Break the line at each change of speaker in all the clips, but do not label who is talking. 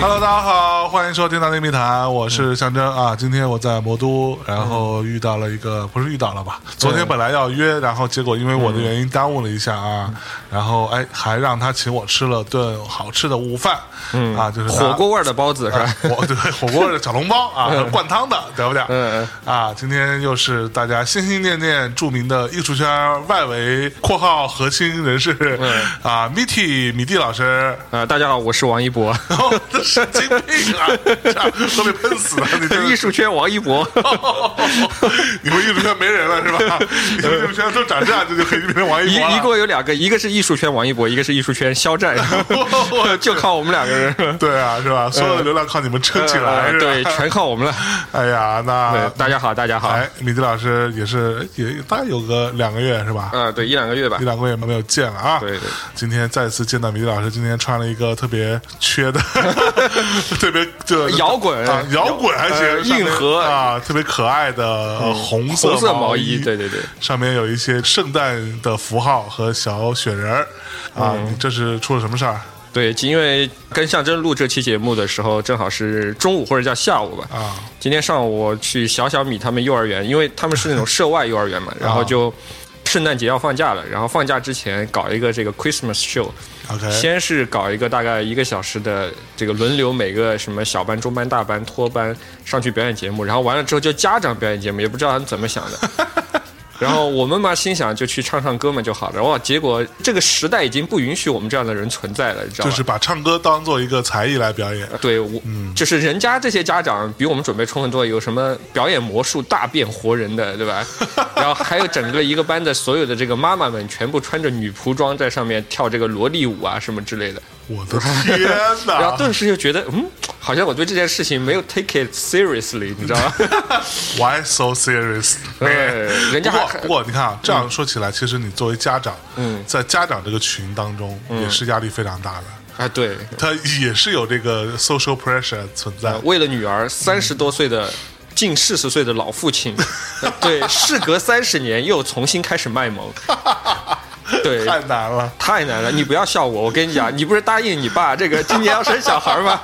Hello，大家好，欢迎收听《大内密谈》，我是象征啊。今天我在魔都，然后遇到了一个，不是遇到了吧？昨天本来要约，然后结果因为我的原因耽误了一下啊。然后哎，还让他请我吃了顿好吃的午饭，啊，就是拿
嗯火锅味儿的包子是吧？
哎火 对火锅的小笼包啊，灌汤的，对不对？
嗯
啊，今天又是大家心心念念著名的艺术圈外围（括号核心人士）
嗯
啊，Miti 米蒂老师，
啊，大家好，我是王一博，
哦，这神经病啊，这样都被喷死了，你真
艺
是。
术圈王一 博。
你们艺术圈没人了是吧？你们艺术圈都长这样，就就可以变成王
一
一博了。
一共有两个，一个是艺术圈王一博，一个是艺术圈肖 战，就靠我们两个人
对啊，是吧？所有的流量靠你们撑起来，
呃
是吧
嗯对，全靠我们了。
哎呀，
对
那，
大家好，大家好，
哎，米迪老师也是也大概有个两个月是吧？
啊，对，一两个月吧
一，两个月没有见了啊！
对对
今天再次见到米迪老师，今天穿了一个特别 缺的，特别就
摇滚
啊，摇滚还
呃
行，上面
硬核嗯
啊，特别可爱的呃红色
红色
毛
毛衣，对对对，
上面有一些圣诞的符号和小雪人儿啊，
嗯
你这是出了什么事儿
对，因为跟象征录这期节目的时候，正好是中午或者叫下午吧，
啊？
今天上午我去小小米他们幼儿园，因为他们是那种涉外幼儿园嘛，
啊
然后就圣诞节要放假了，然后放假之前搞一个这个 Christmas show，
OK
先是搞一个大概一个小时的这个轮流每个什么小班、中班、大班、托班上去表演节目，然后完了之后就家长表演节目，也不知道他们怎么想的。 然后我们嘛心想就去唱唱歌嘛就好了，哇！结果这个时代已经不允许我们这样的人存在了，你知道
就
吗？
是把嗯唱歌当做一个才艺来表演。
对我，就是人家这些家长比我们准备充分多，有什么表演魔术大变活人的，对 吧？然后还有整个一个班的所有的这个妈妈们，全部穿着女仆装在上面跳这个萝莉舞啊什么之类的，
我的 天
然后
哪！
顿时就觉得，嗯，好像我对这件事情没有 take it seriously，你知道吗？
Why so serious？哎
对呃人家
不过
还嗯
不过，你看啊，这样说起来，其实你作为家长，嗯，在家长这个群当中，
嗯
也是压力非常大的，
啊，对，
他也是有这个 social pressure 存在。
为了女儿，三十多岁的。近四十岁的老父亲，呃 对，事隔三十年又重新开始卖萌，对，
太难了，
太难了，你不要笑我，我跟你 讲，你不是答应你爸这个今年要生小孩 吗？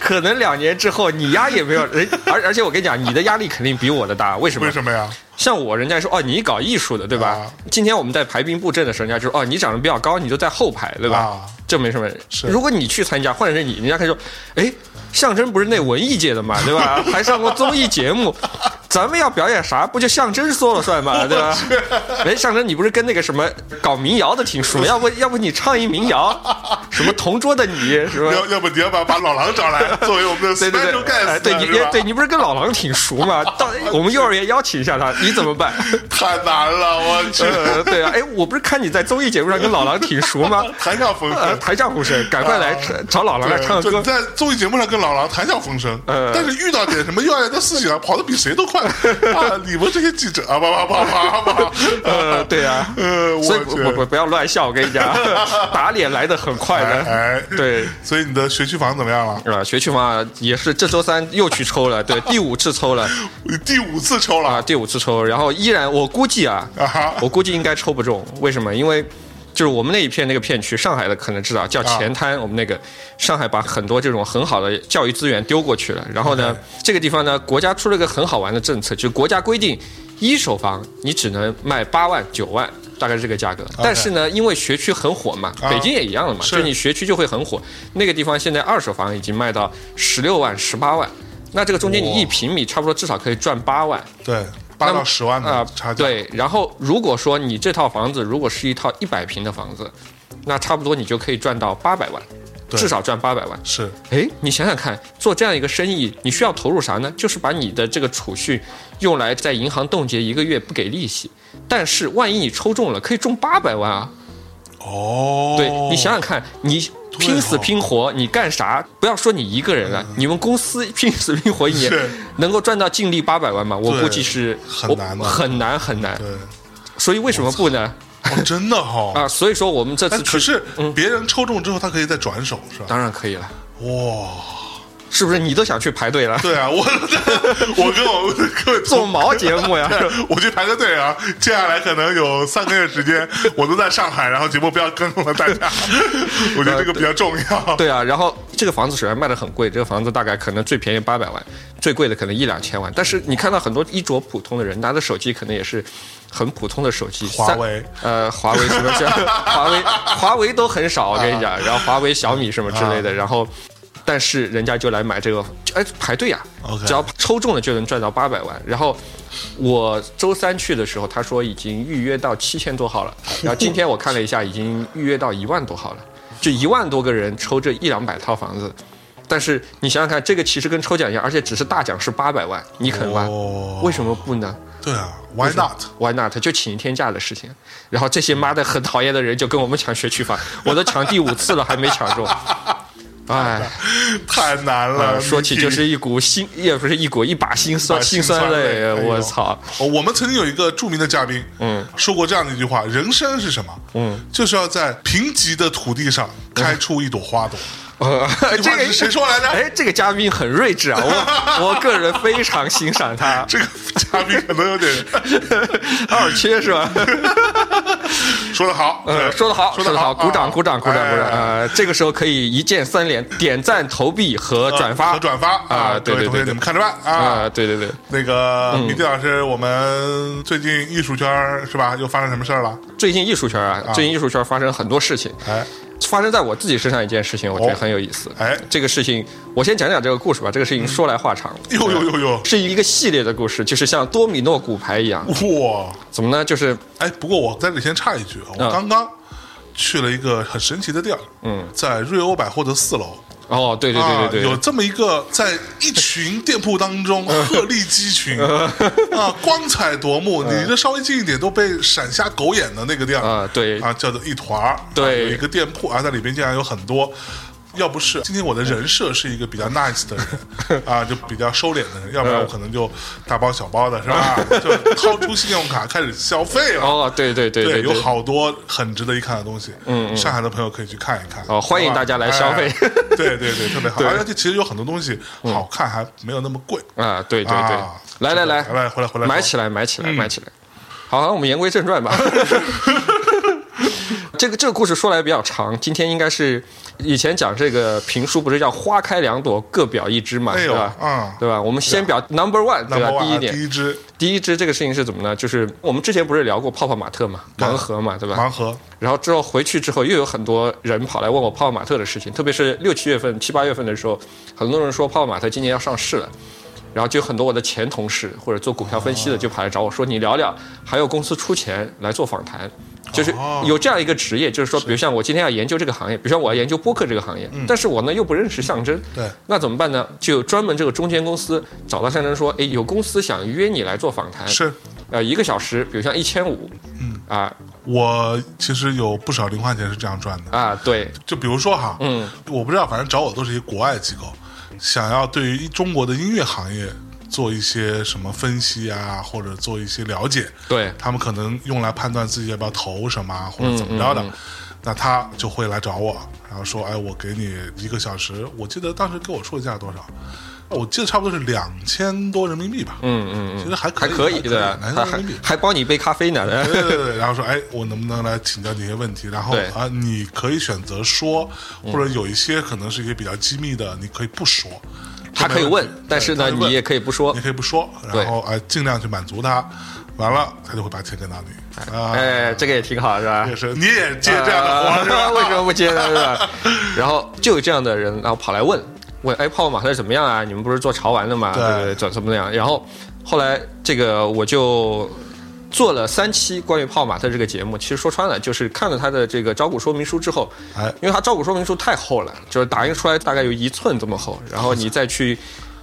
可能两年之后你丫也没有人，而而且我跟你讲，你的压力肯定比我的大，为什么？
为什么呀？
像我，人家说哦，你搞艺术的对吧？
啊
今天我们在排兵布阵的时候，人家就说哦，你长得比较高，你就在后排对吧？
啊
这没什么。
是
如果你去参加，或者是你，人家可以说，哎，象征不是那文艺界的嘛，对 吧？还上过综艺节目。咱们要表演啥，不就象征说了算 嘛，对吧？哎，象征，你不是跟那个什么搞民谣的挺 熟，要不要不你唱一民谣，什么同桌的你，是吧？
要要不你要把把老狼找来作为我们的
嗯对对
special
对，哎
guest，
对你
是吧
对你不是跟老狼挺熟吗？ 到我们幼儿园邀请一下他，你怎么办？
太难了，我去，
呃，对啊，哎，我不是看你在综艺节目上跟老狼挺熟 吗？
谈笑风
呃，
生。
台上呼声，赶快来
啊
唱找老狼来
对
唱
就
歌
你。在综艺节目上跟老狼谈笑风生，
呃
但是遇到点什么意外的事情啊，跑得比谁都 快啊！你们这些记者啊，叭叭叭叭叭，
呃，对啊，
呃，
所以
我
不
去
不不不要乱笑，我跟你 讲，打脸来的很快的。
哎，
对，
所以你的学区房怎么样了？
啊，学区房啊也是这周三又去抽了，对，第五次抽了
你第五次抽
啊，
了
第五次抽，然后依然我估计啊，
啊哈！
我估计应该抽不中，为什么？因为就是我们那一片那个片区，上海的可能知道叫
啊
前滩，我们那个上海把很多这种很好的教育资源丢过去了。然后呢，这个地方呢，国家出了个很好玩的政策，就是国家规定一手房你只能卖八万九万。大概是这个价格，但是呢，因为学区很火嘛，
啊
北京也一样的嘛，
是
就你学区就会很火。那个地方现在二手房已经卖到十六万、十八万，那这个中间你
哇
一平米差不多至少可以赚八万，
对，八
那
到
么
十万
啊
的嗯差价，
对，然后如果说你这套房子如果是一套一百平的房子，那差不多你就可以赚到八百万，
对
至少赚八百万。
是
哎，你想想看，做这样一个生意，你需要投入啥呢？就是把你的这个储蓄用来在银行冻结一个月不给利息，但是万一你抽中了，可以中八百万啊！
哦，
对你想想看，你拼死拼活，你干啥？不要说你一个人了，你们公司拼死拼活一年
嗯是
能够赚到净利八百万吗？我
对
估计是
很
我
难的啊
很难很难。
对，
所以为什么不呢？
哦，真的哈、
啊，嗯所以说我们这次
但可
去，
是别人抽中之后，他可以再转手是吧？
当然可以了，
哇，
是不是？你都想去排队了，
对啊，我 我跟我 各位
做毛节目呀？是吧
我去排个队啊！接下来可能有三个月时间，我都在上海，然后节目不要跟了大家。 我觉得这个比较重 要。
对啊，然后这个房子首先卖的很贵，这个房子大概可能最便宜八百万，最贵的可能一两千万。但是你看到很多衣着普通的人拿的手机，可能也是很普通的手机，
华
三
为
呃，华为什么这 华为华为都很少，我跟你
啊
讲，然后华为、小米什么之类的，然后。但是人家就来买这个，哎，排队呀、
OK
只要抽中了就能赚到八百万。然后我周三去的时候，他说已经预约到七千多号了，然后今天我看了一下，已经预约到一万多号了，就一万多个人抽这一两百套房子。但是你想想看，这个其实跟抽奖一样，而且只是大奖是八百万，你肯玩，
哦
为什么不呢？
对啊，Why not？
Why not？就请一天假的事情。然后这些妈的很讨厌的人就跟我们抢学区房，我都抢第五次了还没抢中。哎，
太难了。
呃说起就
Mickey
是一股心，也不是一股一把辛酸，
把
辛
心酸泪
泪。
哎呦
我操！
哦我们曾经有一个著名的嘉宾，嗯，说过这样的一句话：人生是什么？嗯，就是要在贫瘠的土地上
嗯
开出一朵花 朵。
呃
句话是谁说来着
哎，这个嘉宾很睿智啊，我我个人非常欣赏他。
这个嘉宾可能有点
二缺是 吧？
说的好，
呃，
对
说得好，
说
得好，
好，
鼓掌，
啊
鼓掌，鼓掌，鼓掌！
哎
呃，这个时候可以一键三连，点赞、投币和转发，
呃和转发
啊！
各
对
位
对
同
对
学你
对
们，看着办啊！
啊，对对对。
那个
嗯
米蒂老师，我们最近艺术圈儿是吧，又发生什么事儿了？
最近艺术圈啊，最近艺术圈发生很多事情，
哎，
发生在我自己身上一件事情，我觉得很有意思。
哎嗯
这个事情我先讲讲这个故事吧。这个事情说来话长，
呦呦呦呦，
是一个系列的故事，就是像多米诺骨牌一样，
哇！
怎么呢？就是
哎，不过我在这里先插一句啊，我
嗯
刚刚去了一个很神奇的地儿，嗯，在瑞欧百货的四楼。
哦，对对对对嗯
啊，有
对，
这么一个在一群店铺当中鹤立鸡群
嗯
啊，光彩夺目，你这稍微近一点都被闪瞎狗眼的那个店
啊对
啊，叫做一团儿，
对
啊有一个店铺啊，在里边竟然有很多。要不是今天我的人设是一个比较 nice 的人啊，就比较收敛的人，要
嗯
不然我可能就大包小包的是吧？ 就掏出信用卡开始消费了。
哦，对对对
对，
对
有
对。
好多很值得一看的东西。嗯，上海的朋友可以去看一看。
哦欢迎
好吧
大家来消费
哎对对对，特别好。
对嗯
而且其实有很多东西好看，还没有那么贵。
啊，对对对
啊，
来来来，
回来回来回来嗯
买起来，买起来，买起来。好，我们言归正传吧。 这个这个故事说来比较长，今天应该是以前讲这个评书不是叫花开两朵，各表一枝嘛，
哎
对
呦
吧？
嗯
对吧？我们先表 number one，对吧啊
Number？one，啊
第一
第
点，
一支
第一支这个事情是怎么呢？就是我们之前不是聊过泡泡玛特嘛，
对
盲盒嘛，对吧？
盲盒，
然后之后回去之后，又有很多人跑来问我泡泡玛特的事情，特别是六七月份、七八月份的时候，很多人说泡泡玛特今年要上市了，然后就有很多我的前同事或者做股票分析的就跑来找我说，你聊聊，还有公司出钱来做访谈。就是
哦
有这样一个职业，就是说，比如像我今天要研究这个行业，比如像我要研究播客这个行业，但是我呢又不认识象征，
嗯对，
那怎么办呢？就有专门这个中间公司找到象征说，哎诶，有公司想约你来做访谈，
是
呃一个小时，比如像一千五，嗯啊
我其实有不少零花钱是这样赚的。
啊对，
就比如说哈，嗯，我不知道，反正找我都是一些国外机构，想要对于中国的音乐行业做一些什么分析啊，或者做一些了解。
对，
他们可能用来判断自己要不要投什么啊或者怎么着的，那他就会来找我，然后说：“哎，我给你一个小时。”我记得当时给我说的价多少，我记得差不多是两千多人民币吧。嗯嗯，其实还
还
可以，
可以啊
的
的，，还
两千人
还
民币。
还帮你杯咖啡呢。
对对对，然后说，哎，我能不能来请教你一些问题？然后
对
啊，你可以选择说，或者有一些可能是一些比较机密的，你可以不说。
他
都
可以
没问
问
题，
但是呢，
对他可以问
你也可以不说
你。可以不说，
对
然后哎，尽量去满足他，完了他就会把钱给到你啊。
哎，这个也挺好，是吧
也？是，你也接 这样的活、是吧？
呃为什么不接呢？是 吧？然后就有这样的人，然后跑来问问，哎，泡泡玛特怎么样啊？你们不是做潮玩的嘛？
对
对不对？怎怎么样？然后后来这个我就做了三期关于泡泡玛特这个节目。其实说穿了，就是看了他的这个招股说明书之后，
哎
因为他招股说明书太厚了，就是打印出来大概有一寸这么厚，然后你再去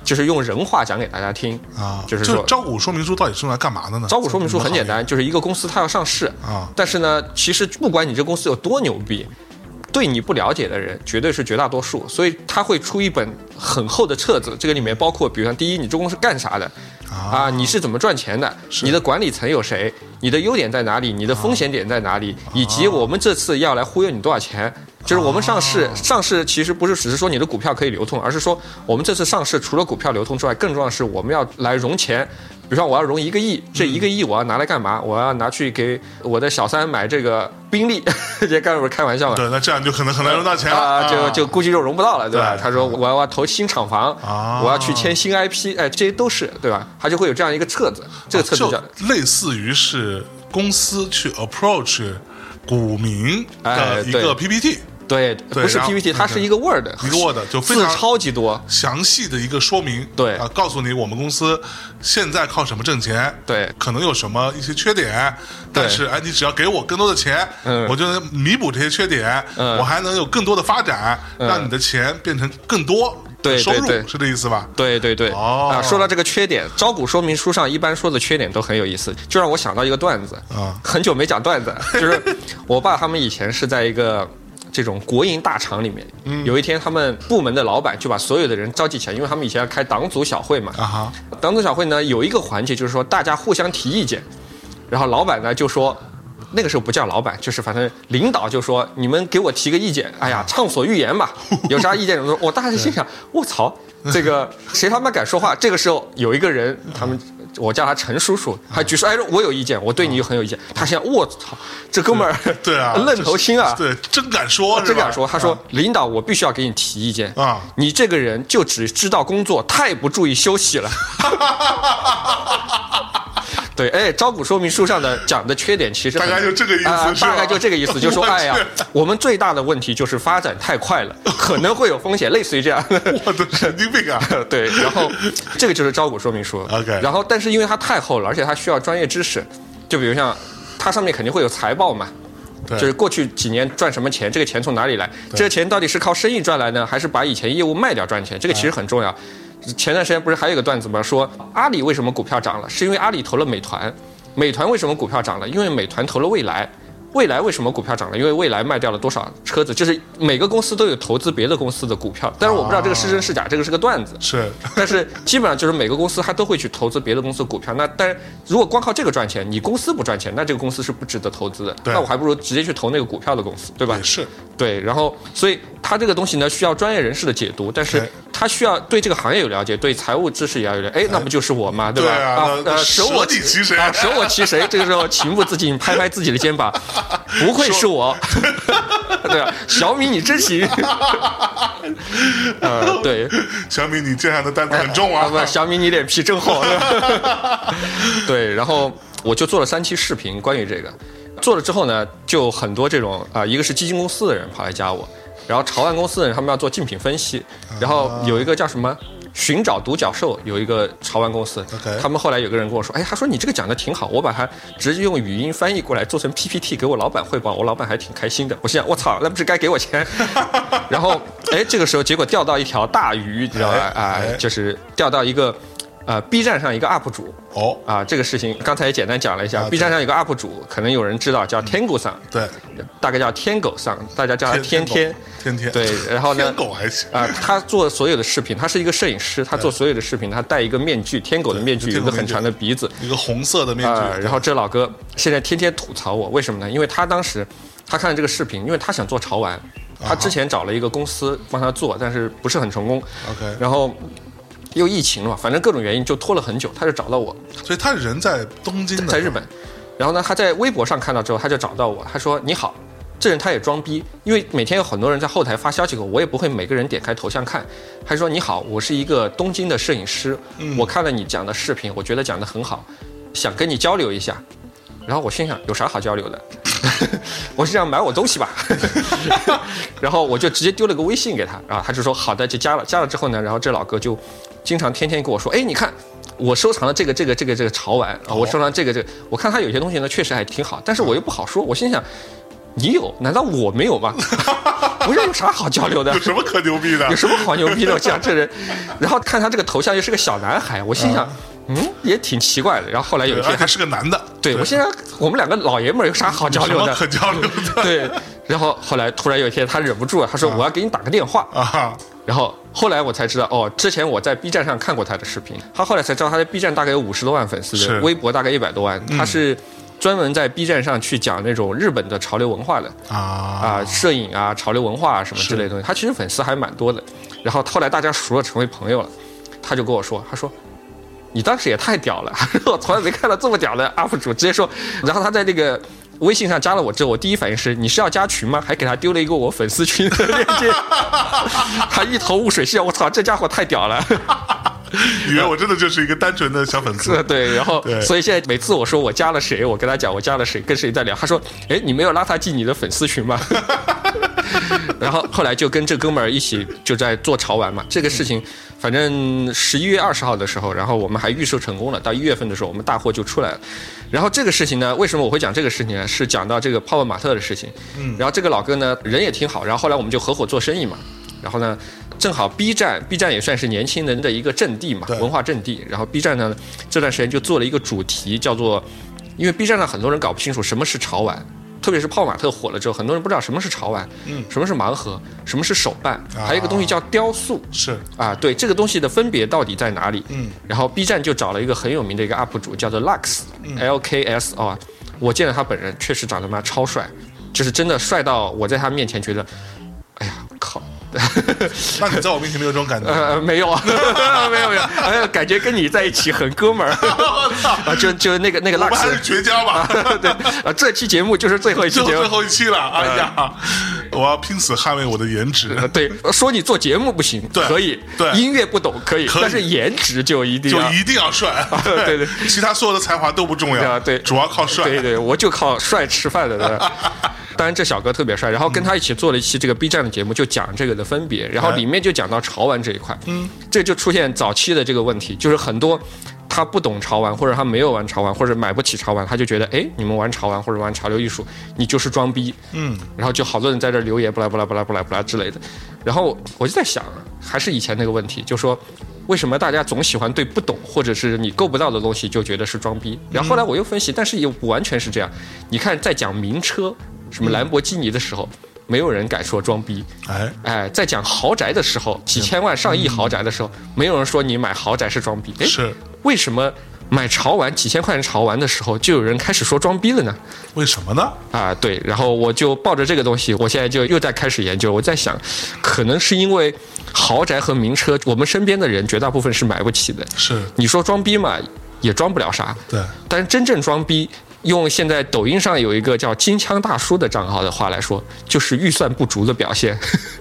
就是用人话讲给大家听
啊，
就是
就
说
是招股说明书到底是用来干嘛的呢？
招股说明书很简单，就是一个公司它要上市
啊
但是呢，其实不管你这公司有多牛逼，对你不了解的人绝对是绝大多数，所以他会出一本很厚的册子，这个里面包括，比如说第一，你这公司干啥的；啊，你是怎啊么赚钱的，你的管理层有谁，你的优点在哪里，你的风险点在哪里，以及我们这次要来忽悠你多少钱。就是我们上市，上市其实不是只是说你的股票可以流通，而是说我们这次上市除了股票流通之外，更重要的是我们要来融钱。比如说我要融一个亿，这一个亿我要拿来干嘛？我要拿去给我的小三买这个宾利， 这刚才不是开玩笑嘛？
对，那这样就可能很难融到钱了，
啊，就就估计就融不到了，对吧？
对
他说我要我要投新厂房，
啊
我要去签新 IP，哎，这些都是对吧？他就会有这样一个册子，这个册子
啊就
叫
类似于是公司去 approach 股民
哎
的一
对
个 PPT，、
对，
对
不是
然后
PPT，它是一个 Word，
一个 Word，就非
字
常
超级多，
详细的一个说明，
对
啊，告诉你我们公司现在靠什么挣钱，
对
可能有什么一些缺点，但是哎，你只要给我更多的钱，
嗯
我就能弥补这些缺点，
嗯
我还能有更多的发展，让你的钱变成更多
对
收入
对对
是这意思吧？
对对对，
哦
啊，说到这个缺点，招股说明书上一般说的缺点都很有意思，就让我想到一个段子
啊
很久没讲段 子，就是我爸他们以前是在一个。这种国营大厂里面，
嗯
有一天他们部门的老板就把所有的人召集起来，因为他们以前要开党组小会嘛。
啊哈，
党组小会呢有一个环节就是说大家互相提意见，然后老板呢就说，那个时候不叫老板，就是反正领导就说你们给我提个意见，哎呀，畅所欲 言吧，有啥意见什么？我当时心想，我操，这 个谁他妈敢说话？这个时候有一个人，他们我叫他陈叔叔，他举手，哎，我有意见，我对你很有意见。他想，我操，这哥们儿
对啊，
愣头青啊，
对，真敢说，
真敢
是
说，
吧
他说、领导，我必须要给你提意见
啊
你这个人就只知道工作，太不注意休息了。 对，哎，招股说明书上的讲的缺点其实很
大概就这个意思
啊
是吧
大概就这个意思，就说
我去
哎呀，我们最大的问题就是发展太快了，可能会有风险，类似于这样。
我的神 经病啊！
对，然 后这个就是招股说明书。
OK
然后但是因为它太厚了，而且它需要专业知识，就比如像它上面肯定会有财报嘛。
对
就是过去几年赚什么钱，这个钱从哪里来？这个钱到底是靠生意赚来呢，还是把以前业务卖掉赚钱？这个其
哎
实很重要。前段时间不是还有一个段子吗？说阿里为什么股票涨了，是因为阿里投了美团。美团为什么股票涨了？因为美团投了蔚来。蔚来为什么股票涨了？因为蔚来卖掉了多少车子？就是每个公司都有投资别的公司的股票，但是我不知道这个是真是假，这个是个段子。
是
但是基本上就是每个公司它都会去投资别的公司的股票。那但是如果光靠这个赚钱，你公司不赚钱，那这个公司是不值得投资的。
对
那我还不如直接去投那个股票的公司，对吧
也？是，
对。然后，所以它这个东西呢，需要专业人士的解读，但是
哎
它需要对这个行业有了解，对财务知识也要有了解。哎，那不就是我吗？对吧？
啊，那
呃，舍
舍
我
己其谁？
啊，舍我其谁？这个时候情不自禁拍拍自己的肩膀，不愧是 我，对吧？小米你真行，呃，对，
小米，你肩上的担子很重
啊
啊！
不，小米你脸皮真厚。对吧对，然后我就做了三期视频关于这个，做了之后呢，就很多这种啊、一个是基金公司的人跑来加我，然后潮玩公司的人他们要做竞品分析，然后有一个叫什么？寻找独角兽有一个潮玩公司
OK
他们后来有个人跟我说，哎，他说你这个讲的挺好，我把它直接用语音翻译过来做成 PPT 给我老板汇报，我老板还挺开心的。我心想，我操，那不是该给我钱？ 然后，哎，这个时候结果钓到一条大鱼，你知道吧？
哎
啊、
哎
就是调到一个呃 B 站上一个 UP 主
哦，
啊，这个事情刚才也简单讲了一下。
啊对嗯
B 站上有个 UP 主，可能有人知道叫天狗桑，
对，
大概叫天狗桑，大家叫他天
天
天
狗。天天
对，然后呢
天？狗还行，
啊、他做所有的视频，他是一个摄影师，他做所有的视频，他戴一个面具，天狗的面具，
对
有
天
一
狗
个
面具
很长的鼻子，
一个红色的面具
啊、，然后这老哥现在天天吐槽我，为什么呢？因为他当时他看了这个视频，因为他想做潮玩，
啊
他之前找了一个公司帮他做，但是不是很成功。
OK
然后又疫情嘛，反正各种原因就拖了很久，他就找到我，
所以他人在东京的，
在日本。然后呢，他在微博上看到之后，他就找到我，他说：“你好。”这人他也装逼，因为每天有很多人在后台发消息给我，我也不会每个人点开头像看。他说：“你好，我是一个东京的摄影师，我看了你讲的视频，我觉得讲得很好，想跟你交流一下。”然后我心想，有啥好交流的？我是想买我东西吧。然后我就直接丢了个微信给他，然后他就说好的，就加了。加了之后呢，然后这老哥就经常天天跟我说，哎，你看我收藏了这个这个这个这个潮玩啊，我收藏这个这个，我看他有些东西呢确实还挺好，但是我又不好说，我心想。你有？难道我没有吗？不是有啥好交流的
有？什么可牛逼的
有？什么好牛逼的？我想这人，然后看他这个头像又是个小男孩，我心想，嗯，也挺奇怪的。然后后来有一
而
天，
且是个男的，
对我现在我们两个老爷们儿有啥好交流
有什么
的？
可交流的
对，然后后来突然有一天他忍不住了，他说我要给你打个电话。
啊？
然后后来我才知道，哦，之前我在 B 站上看过他的视频，他后来才知道他在 B 站大概有五十多万粉丝，
是
微博大概一百多万，他是专门在 B 站上去讲那种日本的潮流文化的啊、
啊
摄影啊、潮流文化啊什么之类的东西，他其实粉丝还蛮多的。然后后来大家熟了，成为朋友了，他就跟我说，他说。你当时也太屌了， 我从来没看到这么屌的 UP 主，直接说。然后他在那个微信上加了我之后，我第一反应是你是要加群吗？还给他丢了一个我粉丝群的链接， 他一头雾水，心想我操，这家伙太屌了。
以为我真的就是一个单纯的小粉丝
对对，然后
对
所以现在每次我说我加了谁，我跟他讲我加了谁，跟谁在聊，他说：“哎，你没有拉他进你的粉丝群吗？”然后后来就跟这哥们儿一起就在做潮玩嘛，这个事情，反正十一月二十号的时候，然后我们还预售成功了，到一月份的时候，我们大货就出来了。然后这个事情呢，为什么我会讲这个事情呢？是讲到这个泡泡玛特的事情。嗯，然后这个老哥呢人也挺好，然后后来我们就合伙做生意嘛。然后呢，正好 B 站，B 站也算是年轻人的一个阵地嘛
对，
文化阵地。然后 B 站呢这段时间就做了一个主题，叫做，因为 B 站上很多人搞不清楚什么是潮玩。特别是泡泡玛特火了之后，很多人不知道什么是潮玩，嗯，什么是盲盒，什么是手办，
啊
还有一个东西叫雕塑，
是
啊，对这个东西的分别到底在哪里？
嗯，
然后 B 站就找了一个很有名的一个 UP 主，叫做
嗯
Lux，L K S 啊、我见了他本人，确实长得妈超帅，就是真的帅到我在他面前觉得，哎呀，靠，
那你在我面前没有这种感觉？
呃，没有，啊， 没有没有，哎呀，感觉跟你在一起很哥们儿，啊，就就那个那个
我们还
Lux，
是绝交吧，
对啊，这期节目就是最后一期节
最后
目
最。后一期了，哎呀，我要拼死捍卫我的颜 值，
呃对，说你做节目不行，
对
可以，
对
音乐不懂可以，
可以
但是颜值就一定
就
要
一定 要帅。
啊对对，
其他所有的才华都不重
对啊
要，
对
主要靠帅。
对对，我就靠帅吃饭的。对吧 当然，这小哥特别帅，然后跟他一起做了一期这个 B 站的节目，就讲这个的分别，
哎
然后里面就讲到潮玩这一块，嗯，这就出现早期的这个问题，就是很多他不懂潮玩，或者他没有玩潮玩，或者买不起潮玩，他就觉得，哎，你们玩潮玩或者玩潮流艺术，你就是装逼，嗯，然后就好多人在这留言，不啦不啦不啦不啦不啦之类的，然后我就在想，啊还是以前那个问题，就说为什么大家总喜欢对不懂或者是你够不到的东西就觉得是装逼？然后后来我又分析，但是也不完全是这样。你看，在讲名车，什么兰博基尼的时候，没有人敢说装逼。
哎，
哎，在讲豪宅的时候，几千万、上亿豪宅的时候，没有人说你买豪宅是装逼。哎，
是
为什么买潮玩几千块钱潮玩的时候，就有人开始说装逼了呢？
为什么呢？
啊，对，然后我就抱着这个东西，我现在就又在开始研究。我在想，可能是因为豪宅和名车，我们身边的人绝大部分是买不起的。
是
你说装逼嘛，也装不了啥。
对，
但是真正装逼，用现在抖音上有一个叫“金枪大叔”的账号的话来说，就是预算不足的表现。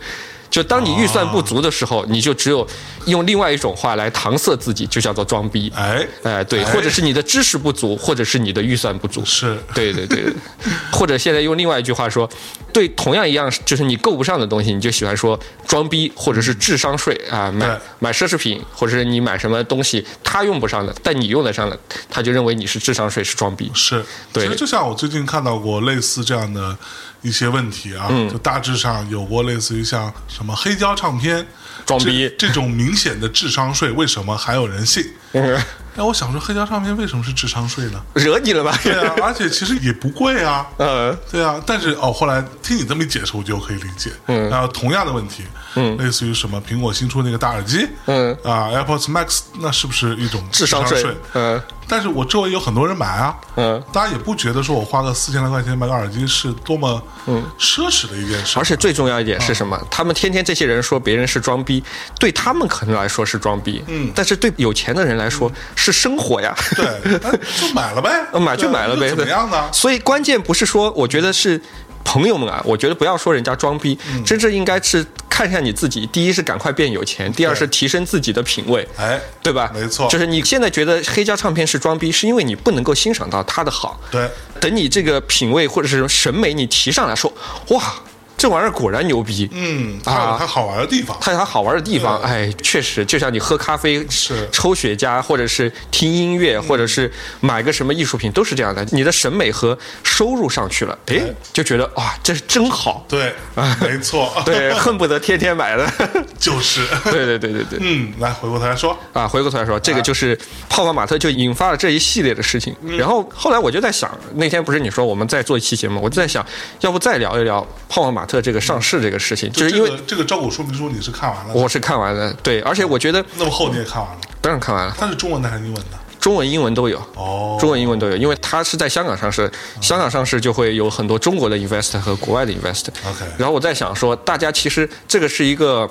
就当你预算不足的时候，你就只有用另外一种话来搪塞自己，就叫做装逼。
哎，
哎，对，或者是你的知识不足，或者是你的预算不足。
是
对对对，对 或者现在用另外一句话说，对同样一样就是你够不上的东西，你就喜欢说装逼或者是智商税啊，
对
买买奢侈品或者是你买什么东西他用不上的，但你用得上的，他就认为你是智商税是装逼。
是，
对
其实就像我最近看到过类似这样的一些问题啊，
嗯
就大致上有过类似于像什么黑胶唱片
装逼
这这种明显的智商税，为什么还有人信？
嗯
那我想说，黑胶唱片为什么是智商税呢？
惹你了吧？
对啊，而且其实也不贵啊，
呃，
对啊，但是哦，后来听你这么一解释，我就可以理解。嗯，然后同样的问题，嗯，类似于什么苹果新出那个大耳机，
嗯
啊，AirPods Max，那是不是一种
智商税
税？，
嗯、
但是我周围有很多人买啊，
嗯，
大家也不觉得说我花个四千来块钱买个耳机是多么嗯奢侈的一件事
而，且最重要一点是什么？他们天天这些人说别人是装逼，对他们可能来说是装逼，嗯，但是对有钱的人来说是生活呀。，
对，那就买了呗
嗯买就买了呗，
对啊又怎么样呢？
所以关键不是说，我觉得是朋友们啊，我觉得不要说人家装逼，
嗯
真正应该是看一下你自己。第一是赶快变有钱，第二是提升自己的品味。
哎，
对吧？
没错
就是你现在觉得黑胶唱片是装逼，是因为你不能够欣赏到它的好。
对，
等你这个品味或者是审美你提上来说，哇，这玩意儿果然牛逼，
嗯，它有
啊
它好玩的地方，
它有它好玩的地方，
对
哎，确实，就像你喝咖啡、
是
抽雪茄，或者是听音乐，或者是买个什么艺术品，都是这样的。你的审美和收入上去了，哎，就觉得哇，这是真好，
对，没错，
对，恨不得天天买的。
就是，
对对对对对。
嗯，来回过头来说，
啊，回过头来说，这个就是泡泡玛特就引发了这一系列的事情。
嗯
然后后来我就在想，那天不是你说我们再做一期节目，我就在想，要不再聊一聊泡泡玛特这个上市这个事情，
就
就是因为
这个这个招股说明书你是看完了的，
我是看完了，对，而且我觉得
那么厚你也看完了，
当然看完了，
它是中文的还是英文的？
中文、英文都有。
哦，
中文、英文都有，因为它是在香港上市，香港上市就会有很多中国的 investor 和国外的 investor。
OK
然后我在想说，大家其实这个是一个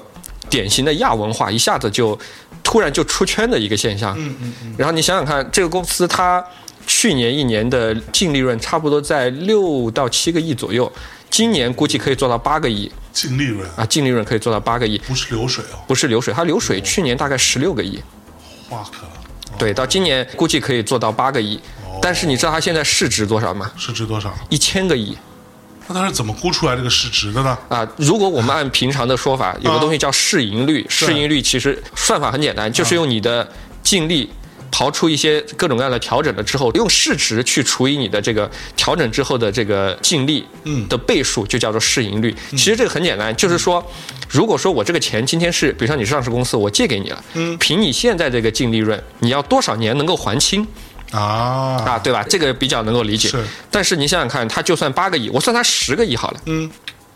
典型的亚文化，一下子就突然就出圈的一个现象。
嗯嗯嗯，
然后你想想看，这个公司它去年一年的净利润差不多在六到七个亿左右，今年估计可以做到八个亿
净利润
啊，净利润可以做到八个亿，
不是流水哦，
不是流水，它流水去年大概十六个亿，
哇可了，哦
对，到今年估计可以做到八个亿
哦。
但是你知道它现在市值多少吗？
市值多少？
一千个亿
那它是怎么估出来这个市值的呢？
啊！如果我们按平常的说法，有个东西叫市盈率，市盈率其实算法很简单，就是用你的净利。刨出一些各种各样的调整了之后，用市值去除以你的这个调整之后的这个净利
嗯
的倍数，就叫做市盈率。其实这个很简单，就是说，如果说我这个钱今天是，比如说你是上市公司，我借给你了，
嗯
凭你现在这个净利润，你要多少年能够还清？
啊，
啊，对吧？这个比较能够理解。
是
但是你想想看，他就算八个亿，我算他十个亿好了。
嗯，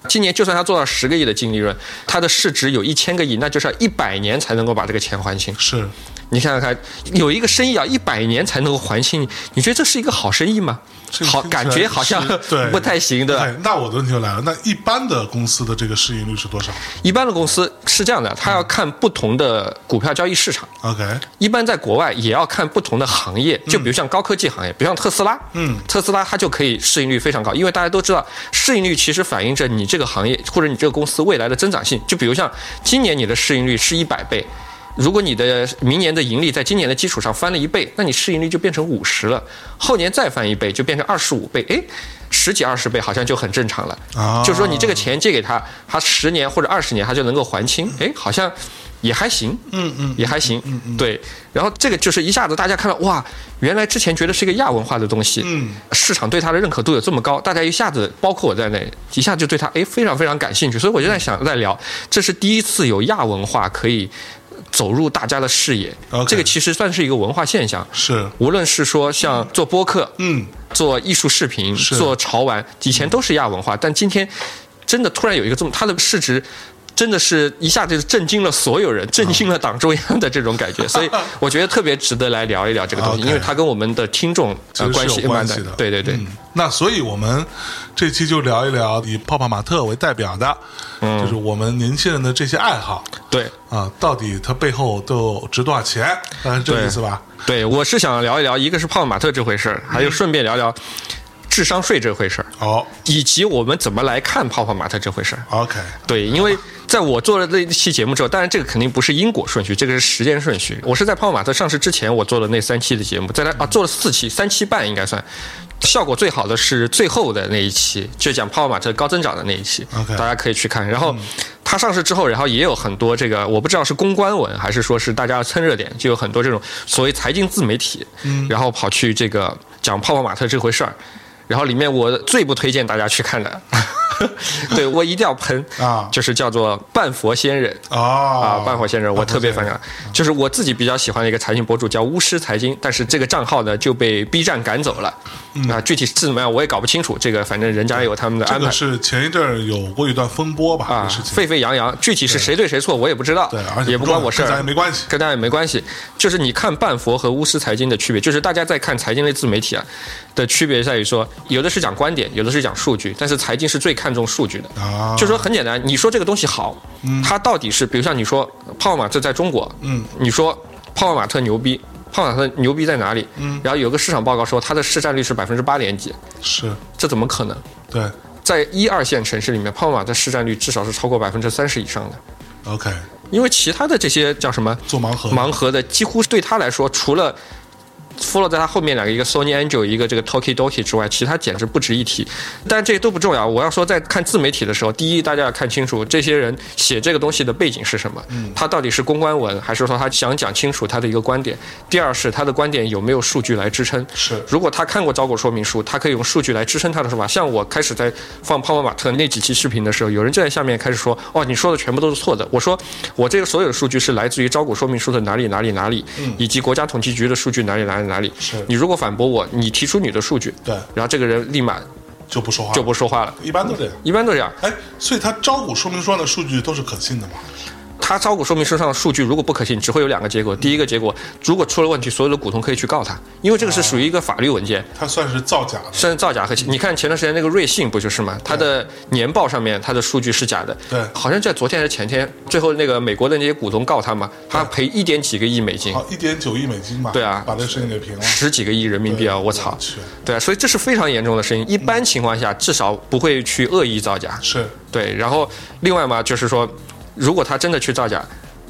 今年就算他做到十个亿的净利润，他的市值有一千个亿，那就是要一百年才能够把这个钱还清。
是
你想想看，有一个生意啊，一百年才能够还清，你觉得这是一个好生意吗？
这个
好，
听起来
感觉好像
是对
不太行，对吧？啊
哎，那我的问题就来了，那一般的公司的这个市盈率是多少
一般的公司是这样的，它要看不同的股票交易市场。
？OK，
一般在国外也要看不同的行业，就比如像高科技行业，比如像特斯拉，
嗯
特斯拉它就可以市盈率非常高，因为大家都知道，市盈率其实反映着你这个行业或者你这个公司未来的增长性。就比如像今年你的市盈率是一百倍。如果你的明年的盈利在今年的基础上翻了一倍，那你市盈率就变成五十了，后年再翻一倍就变成二十五倍，诶，十几二十倍好像就很正常了。
啊，
就是说你这个钱借给他，他十年或者二十年他就能够还清，哎，好像也还行，
嗯嗯
也还行，对。然后这个就是一下子大家看到哇，原来之前觉得是一个亚文化的东西，
嗯，
市场对它的认可度有这么高，大家一下子包括我在内，一下就对它哎非常非常感兴趣，所以我就在想在聊，这是第一次有亚文化可以走入大家的视野
OK
这个其实算是一个文化现象。
是，
无论是说像做播客，
嗯，
做艺术视频、
是
做潮玩，以前都是亚文化，但今天真的突然有一个这么，它的市值真的是一下子震惊了所有人，震惊了党中央的这种感觉，所 以我觉得特别值得来聊一聊这个东西，
OK
因为它跟我们的听众
其
呃
实是
关
有
系
关
蛮
系
大
的，
对对对，
嗯那所以我们这期就聊一聊以泡泡玛特为代表的，
嗯
就是我们年轻人的这些爱好
对。
啊，到底它背后都有值多少钱？啊，是这个
对
意思吧？
对，我是想聊一聊，一个是泡泡玛特这回事儿，还有顺便聊聊智商税这回事儿，
好
以及我们怎么来看泡泡玛特这回事儿。
，OK，
对，因为在我做了那一期节目之后，当然这个肯定不是因果顺序，这个是时间顺序。我是在泡泡玛特上市之前，我做了那三期的节目，在它啊做了四期，三期半应该算。效果最好的是最后的那一期，就讲泡泡玛特高增长的那一期
OK
大家可以去看。然后它上市之后，然后也有很多这个，我不知道是公关文还是说是大家蹭热点，就有很多这种所谓财经自媒体，嗯然后跑去这个讲泡泡玛特这回事儿。然后里面我最不推荐大家去看的， 对我一定要喷
啊
就是叫做半佛仙人。啊
哦，，
半佛仙人，我特别反感。就是我自己比较喜欢的一个财经博主叫巫师财经，但是这个账号呢就被 B 站赶走了。啊，具体是怎么样我也搞不清楚。这个反正人家有他们的
这
安排
个嗯是前一阵儿有过一段风波吧？这
啊
个事，情
沸沸扬扬，具体是谁对谁错我也不知道
对，而，且
也不关我事
跟咱也
儿。
没关系。
跟大家也没关系，就是你看半佛和巫师财经的区别，就是大家在看财经类自媒体啊的区别在于说，有的是讲观点，有的是讲数据，但是财经是最看重数据的。
啊，
就说很简单，你说这个东西好，它到底是，比如像你说泡泡玛特在中国，
嗯，
你说泡泡玛特牛逼，泡泡玛特牛逼在哪里？嗯，然后有个市场报告说它的市占率是百分之八点几，
是
这怎么可能？
对
在一二线城市里面，泡泡玛特市占率至少是超过百分之三十以上的，
，OK，
因为其他的这些叫什么
做盲盒，
盲盒的，几乎对他来说，除了 follow 在他后面两个，一个 Sony Angel，一个这个 Toki Doki 之外，其他简直不值一提。但这些都不重要。我要说，在看自媒体的时候，第一，大家要看清楚这些人写这个东西的背景是什么，
嗯
他到底是公关文，还是说他想讲清楚他的一个观点？第二是他的观点有没有数据来支撑？
是
如果他看过招股说明书，他可以用数据来支撑他的说法。像我开始在放泡泡玛特那几期视频的时候，有人就在下面开始说：“哦，你说的全部都是错的。”我说：“我这个所有的数据是来自于招股说明书的哪里哪里哪里，以及国家统计局的数据哪里哪里哪里。
是
你如果反驳我，你提出你的数据，
对
然后这个人立马
就不说话，
就不说话了，
一般都这样。
一般都这样。
哎，所以它招股说明书上的数据都是可信的嘛？
他招股说明书上的数据如果不可信，只会有两个结果。第一个结果，如果出了问题，所有的股东可以去告他，因为这个是属于一个法律文件，
它算是造假的。
甚至造假和
嗯
你看前段时间那个瑞幸不就是吗？它的年报上面它的数据是假的，
对
好像在昨天还是前天，最后那个美国的那些股东告他嘛，他赔一点几个亿美金，
好，一点九亿美金吧，
对啊
把这事情给平了。
十几个亿人民币啊！
对嗯
我操
我去，
对啊，所以这是非常严重的事情。一般情况下，至少不会去恶意造假，
是，
对，然后另外嘛，就是说，如果他真的去造假，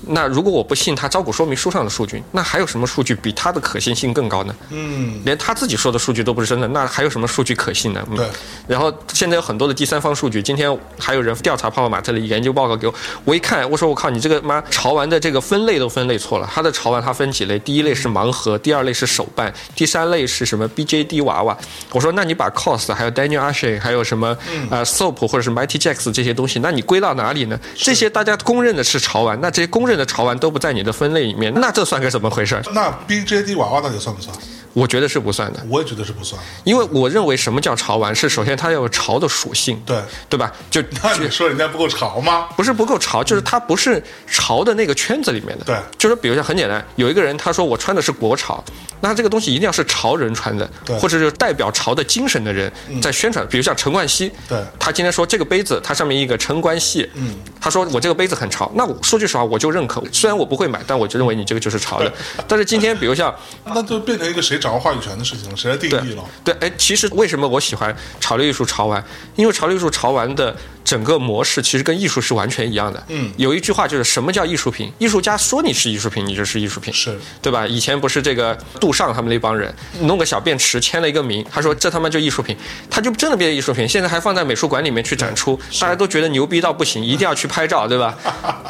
那如果我不信他招股说明书上的数据，那还有什么数据比他的可信性更高呢？
嗯，
连他自己说的数据都不是真的，那还有什么数据可信呢？嗯
对。
然后现在有很多的第三方数据，今天还有人调查泡泡玛特的研究报告给我，我一看，我说我靠，你这个妈潮玩的这个分类都分类错了。它的潮玩它分几类，第一类是盲盒，第二类是手办，第三类是什么 BJD 娃娃。我说那你把 COS 还有 Daniel Ashe 还有什么、呃 Soap 或者是 Mighty Jacks 这些东西，那你归到哪里呢？这些大家公认的是潮玩，那这些公认的潮玩都不在你的分类里面，那这算个怎么回事儿？
那 BJD 娃娃到底算不算？
我觉得是不算的。
我也觉得是不算。
因为我认为什么叫潮玩是首先它要有潮的属性，
对，
对吧？就
那你说人家不够潮吗？
不是不够潮，就是它不是潮的那个圈子里面的。
对
就是比如像很简单，有一个人他说我穿的是国潮，那这个东西一定要是潮人穿的
对，嗯
或者就是代表潮的精神的人在宣传。比如像陈冠希，
对
他今天说这个杯子它上面印一个陈冠希，嗯，他说我这个杯子很潮，那我说句实话我就认可，虽然我不会买，但我就认为你这个就是潮的。但是今天比如像
那就变成一个谁掌握话语权的事情了，谁来定义了？
对，哎，其实为什么我喜欢潮流艺术潮玩？因为潮流艺术潮玩的整个模式其实跟艺术是完全一样的。
嗯，
有一句话就是什么叫艺术品？艺术家说你是艺术品，你就是艺术品，
是
对吧？以前不是这个杜尚他们那帮人弄个小便池签了一个名，他说这他妈就艺术品，他就真的变成艺术品，现在还放在美术馆里面去展出，大家都觉得牛逼到不行，一定要去拍照，对吧？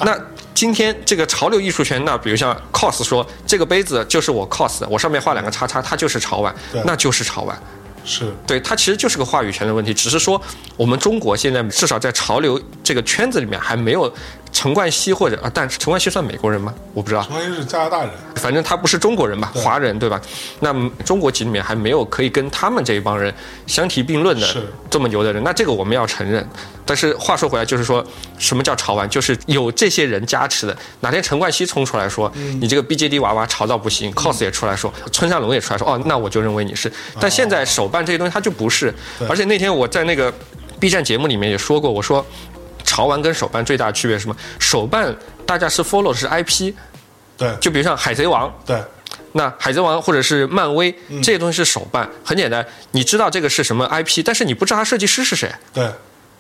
那。今天这个潮流艺术圈，那比如像 cos 说这个杯子就是我 cos 的，我上面画两个叉叉，它就是潮玩
对，
那就是潮玩。
是，
对，它其实就是个话语权的问题，只是说我们中国现在至少在潮流这个圈子里面还没有陈冠希或者啊，但陈冠希算美国人吗？我不知道，
关键是加拿大人，
反正他不是中国人吧，华人对吧？那么中国籍里面还没有可以跟他们这一帮人相提并论的
是
这么牛的人，那这个我们要承认。但是话说回来，就是说什么叫潮玩，就是有这些人加持的。哪天陈冠希冲出来说、你这个 BJD 娃娃潮到不行，cos 也出来说，村上龙也出来说，哦，那我就认为你是。但现在手办这些东西它就不是，而且那天我在那个 B 站节目里面也说过，我说。潮玩跟手办最大的区别是什么？手办大家是 follow 的是 IP，
对
就比如像海贼王，
对，
那海贼王或者是漫威这些东西是手办，很简单，你知道这个是什么 IP，但是你不知道它设计师是谁，
对，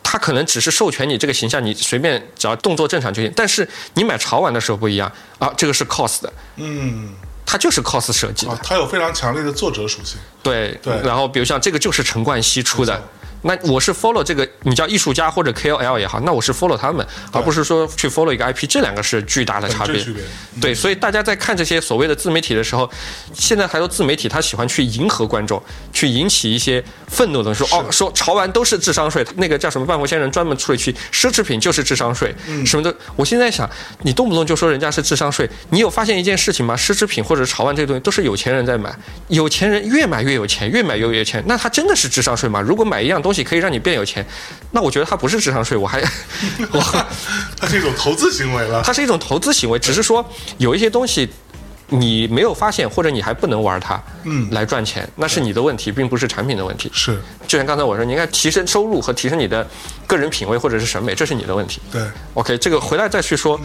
他可能只是授权你这个形象，你随便只要动作正常就行。但是你买潮玩的时候不一样啊，这个是 cos 的，
嗯，
它就是 cos 设计的
啊，，它有非常强烈的作者属性，
对
对
然后比如像这个就是陈冠希出的。那我是 follow 这个，你叫艺术家或者 KOL 也好，那我是 follow 他们，而不是说去 follow 一个 IP，这两个是巨大的差
这
别。
区别。
对，所以大家在看这些所谓的自媒体的时候，现在还有自媒体，他喜欢去迎合观众，去引起一些愤怒的说哦，说潮玩都是智商税，那个叫什么万佛仙人专门出了一句奢侈品就是智商税，什么的。我现在想，你动不动就说人家是智商税，你有发现一件事情吗？奢侈品或者潮玩这个东西都是有钱人在买，有钱人越买越有钱，越买越有钱，那他真的是智商税吗？如果买一样东西可以让你变有钱，那我觉得他不是智商税，我还我。
它是一种投资行为了。
它是一种投资行为，只是说有一些东西你没有发现，或者你还不能玩它，
嗯
来赚钱，那是你的问题，并不是产品的问题。
是
就像刚才我说，你应该提升收入和提升你的个人品味或者是审美，这是你的问题。
对，
OK，这个回来再去说。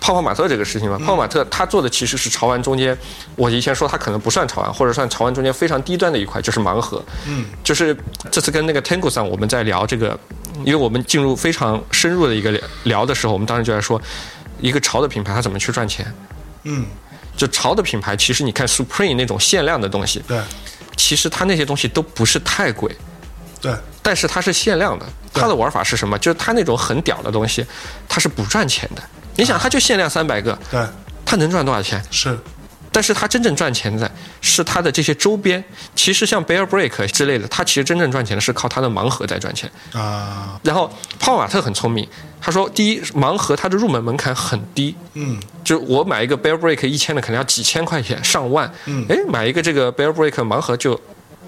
泡泡玛特这个事情嘛，泡泡玛特他做的其实是潮玩中间，我以前说他可能不算潮玩，或者算潮玩中间非常低端的一块，就是盲盒。
嗯，
就是这次跟那个 Tango 上我们在聊这个，因为我们进入非常深入的一个聊聊的时候，我们当时就在说，一个潮的品牌它怎么去赚钱？
嗯，
就潮的品牌，其实你看 Supreme 那种限量的东西，
对，
其实它那些东西都不是太贵，
对，
但是它是限量的。它的玩法是什么？就是它那种很屌的东西，它是不赚钱的。你想，它就限量三百个，
对，
它能赚多少钱？
是，
但是它真正赚钱的是它的这些周边。其实像 Bear Break 之类的，它其实真正赚钱的是靠它的盲盒在赚钱。
啊，
然后泡泡玛特很聪明，他说第一，盲盒它的入门门槛很低，
嗯，
就是我买一个 Bear Break 一千的，可能要几千块钱、上万。
嗯
哎，买一个这个 Bear Break 盲盒就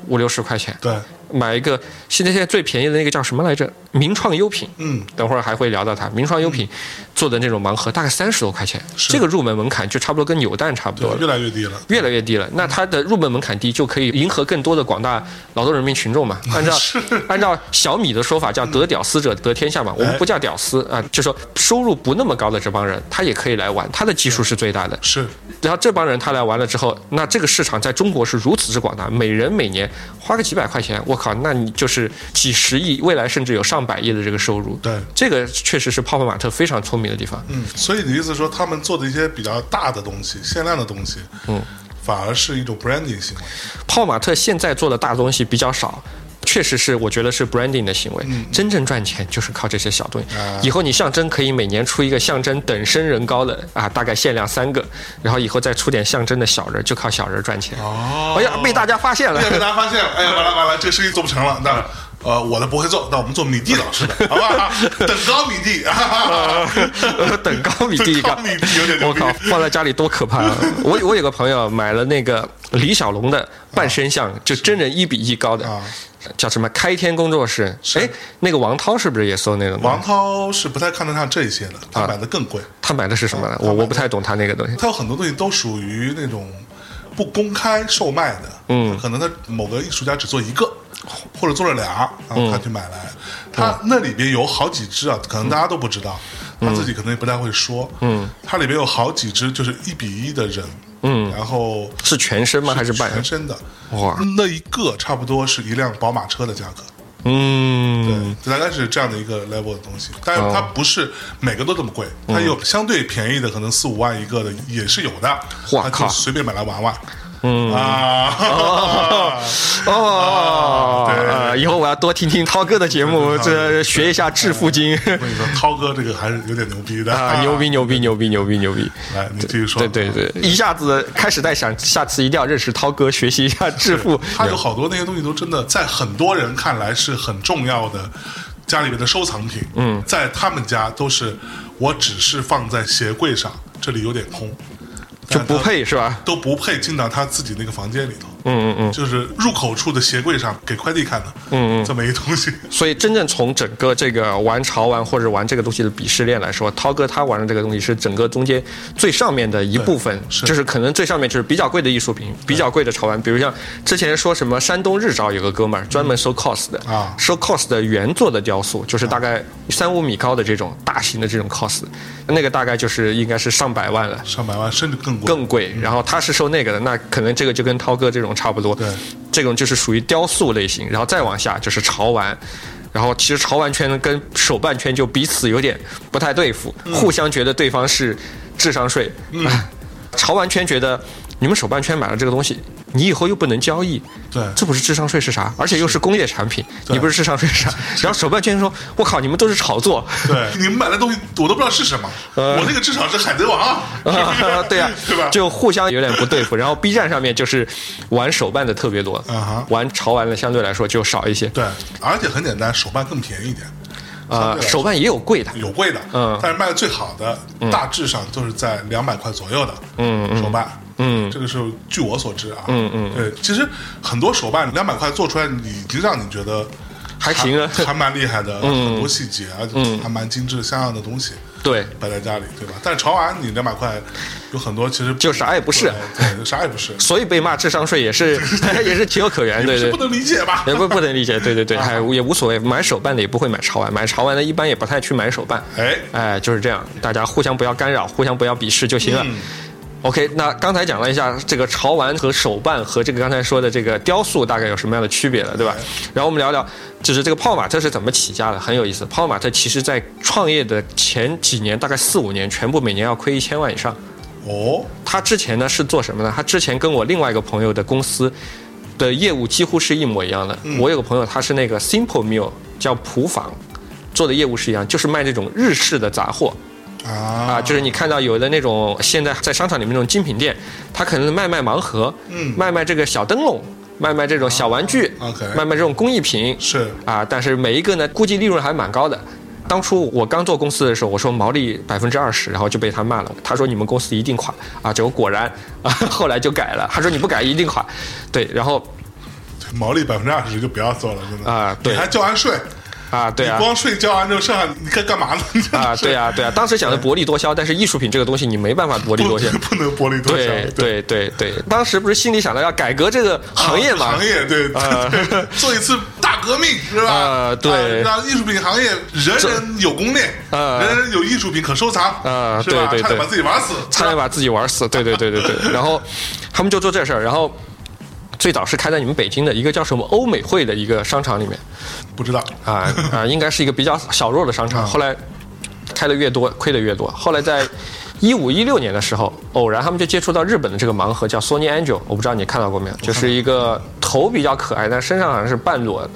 五六十块钱。
对，
买一个现在现在最便宜的那个叫什么来着？名创优品，
嗯，
等会儿还会聊到它。名创优品做的那种盲盒，大概三十多块钱，
是
这个入门门槛就差不多跟扭蛋差不
对
多，了
越。来越低了。
越来越低了，那它的入门门槛低，就可以迎合更多的广大劳动人民群众嘛。按照 按照小米的说法，叫得屌丝者得天下嘛。我们不叫屌丝啊，就说收入不那么高的这帮人，他也可以来玩，他的基数是最大的。
是，
然后这帮人他来玩了之后，那这个市场在中国是如此之广大，每人每年花个几百块钱，我靠，那你就是几十亿，未来甚至有上百亿的这个收入。
对
这个确实是泡泡玛特非常聪明的地方。
嗯，所以你的意思说，他们做的一些比较大的东西、限量的东西，嗯，反而是一种 branding 行为。
泡玛特现在做的大东西比较少。确实是，我觉得是 branding 的行为。真正赚钱就是靠这些小东西。
嗯啊
以后你象征可以每年出一个象征等身人高的啊，大概限量三个，然后以后再出点象征的小人，就靠小人赚钱。
哦
哎呀，被大家发现了
现。在被大家发现，哎呀，完了完了，这个生意做不成了。
嗯
那呃，我的不会做，那我们做米蒂老师的，好不好？等高米蒂，
等高嗯 米第一个
等高米蒂有点，牛
我
逼
靠，放在家里多可怕 啊！我我有个朋友买了那个李小龙的半身像，就真人一比一高的
啊，
叫什么开天工作室？哎，那个王涛是不是也搜那种？
王涛是不太看得上这些的，
啊
他买的更贵，
他买的是什么呢？我我不太懂他那个东西。
他有很多东西都属于那种不公开售卖的，嗯，可能他某个艺术家只做一个。或者做了俩，然
嗯
后他去买来，他那里边有好几只啊，可能大家都不知道，
嗯
他自己可能也不太会说，嗯，它里边有好几只就是一比一的人，嗯，然后
是全身吗？还是半
全？身的，
哇，
那一个差不多是一辆宝马车的价格，
嗯，
对，大概是这样的一个 level 的东西。但
哦
是它不是每个都这么贵，
嗯
它有相对便宜的，可能四五万一个的也是有的。
哇
它
靠
就随便买来玩玩。嗯 啊，
哦，
对
呃以后我要多听听涛哥的节目，这学一下致富经
我跟你说，涛哥这个还是有点牛逼 的
啊，牛！逼牛逼牛逼牛逼牛逼！
来，你继续说。
对对对，一下子开始在想，下次一定要认识涛哥，学习一下致富。
他有好多那些东西都真的在很多人看来是很重要的，家里面的收藏品。嗯，在他们家都是，我只是放在鞋柜上，这里有点空，
就不
但他
配是吧？
都不配进到他自己那个房间里头。嗯嗯嗯，就是入口处的鞋柜上给快递看的。嗯嗯，这么一东西。
所以，真正从整个这个玩潮玩或者玩这个东西的鄙视链来说，涛哥他玩的这个东西是整个中间最上面的一部分，
是
就是可能最上面就是比较贵的艺术品，比较贵的潮玩，比如像之前说什么山东日照有个哥们儿专门收 cos 的
啊
收 cos 的原作的雕塑，就是大概三五米高的这种大型的这种 cos，那个大概就是应该是上百万了。
上百万甚至更贵，
更贵，然后他是收那个的，那可能这个就跟涛哥这种差不多。
对
这种就是属于雕塑类型，然后再往下就是潮玩，然后其实潮玩圈跟手办圈就彼此有点不太对付，
嗯
互相觉得对方是智商税。嗯，潮玩圈觉得你们手办圈买了这个东西，你以后又不能交易，
对
这不是智商税是啥？而且又是工业产品，
对
你不是智商税是啥？然后手办圈说：“我靠，你们都是炒作。”
对，你们买的东西我都不知道是什么，我那个至少是海贼王啊，是不
啊
是
对呀、
对吧？
就互相有点不对付。然后 B 站上面就是玩手办的特别多
嗯哼，
玩潮玩的相对来说就少一些。
对，而且很简单，手办更便宜一点，
啊，手办也有贵的，
有贵的，
嗯
但是卖的最好的，大致上都是在两百块左右的，嗯，手办。嗯，这个是据我所知啊，嗯嗯，对，其实很多手办两百块做出来，已经让你觉得
还行啊嗯
还还蛮厉害的，很多细节啊，还蛮精致像样的东西，
对。
摆在家里，对吧？但是潮玩你两百块有很多，其实
就啥也不是
对，对啥也不是，
所以被骂智商税也是 也是情有可原， 对对
是不。能理解吧？
也不不能理解，对对对，还也无所谓。买手办的也不会买潮玩，买潮玩的一般也不太去买手办。
哎
哎，就是这样，大家互相不要干扰，互相不要鄙视就行了。OK，那刚才讲了一下这个潮玩和手办和这个刚才说的这个雕塑大概有什么样的区别了，对吧
哎？
然后我们聊聊，就是这个泡泡玛特是怎么起家的，很有意思。泡泡玛特其实在创业的前几年，大概四五年，全部每年要亏一千万以上。
哦，
他之前呢是做什么呢？他之前跟我另外一个朋友的公司的业务几乎是一模一样的。我有个朋友，他是那个 Simple Meal 叫普坊做的业务是一样，就是卖那种日式的杂货。啊，
啊，
就是你看到有的那种现在在商场里面那种精品店，它可能卖卖盲盒，
嗯啊
卖卖这个小灯笼，卖卖这种小玩具，
OK
卖卖这种工艺品，
是
啊，但是每一个呢，估计利润还蛮高的。当初我刚做公司的时候，我说毛利百分之二十，然后就被他骂了。他说你们公司一定垮啊，结果果然啊，后来就改了。他说你不改一定垮，对，然后
毛利百分之二十就不要做了，真的
啊对
你还交完税，
啊，对啊
你，光税交完之后，剩下你该干嘛呢？
啊，对啊，对啊，当时想着薄利多销，但是艺术品这个东西你没办法薄利
不
多销。
不能薄利多销，
对对对对，当时不是心里想着要改革这个行业嘛
行？业对，
啊
对对 做一次大革命是吧？
啊对
让艺术品行业人人有攻略，
啊
人人有艺术品可收藏，
啊
是吧？
对对对
差点把自己玩死，
差点把自己玩死。对对对对对， 然后他们就做这事儿，然后。最早是开在你们北京的一个叫什么欧美汇的一个商场里面
不知道
啊啊，应该是一个比较小弱的商场。后来开的越多，亏的越多。后来在一五一六年的时候，偶然他们就接触到日本的这个盲盒，叫 Sony Angel，我不知道你看到过没有，就是一个头比较可爱，但身上好像是半裸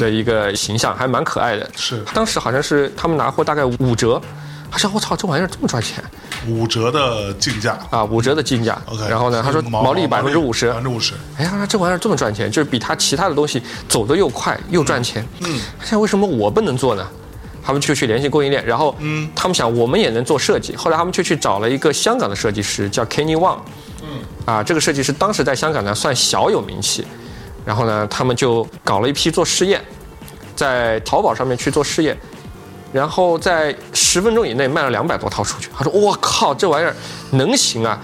的一个形象，还蛮可爱的。
是
当时好像嗯是他们拿货大概五折，他说我操，这玩意儿这么赚钱，
五折的进价。
啊，五折的进价。
OK，
然后呢，他说毛利百分之五十
百。分之五十，
哎呀，这玩意儿这么赚钱，就是比他其他的东西走得又快又赚钱。嗯，现在为什么我不能做呢？他们就去联系供应链，然后，嗯，他们想我们也能做设计。后来他们就去找了一个香港的设计师，叫 Kenny Wang。嗯，啊，这个设计师当时在香港呢算小有名气。然后呢，他们就搞了一批做试验，在淘宝上面去做试验，然后在十分钟以内卖了两百多套出去。他说：“我靠，这玩意儿能行啊！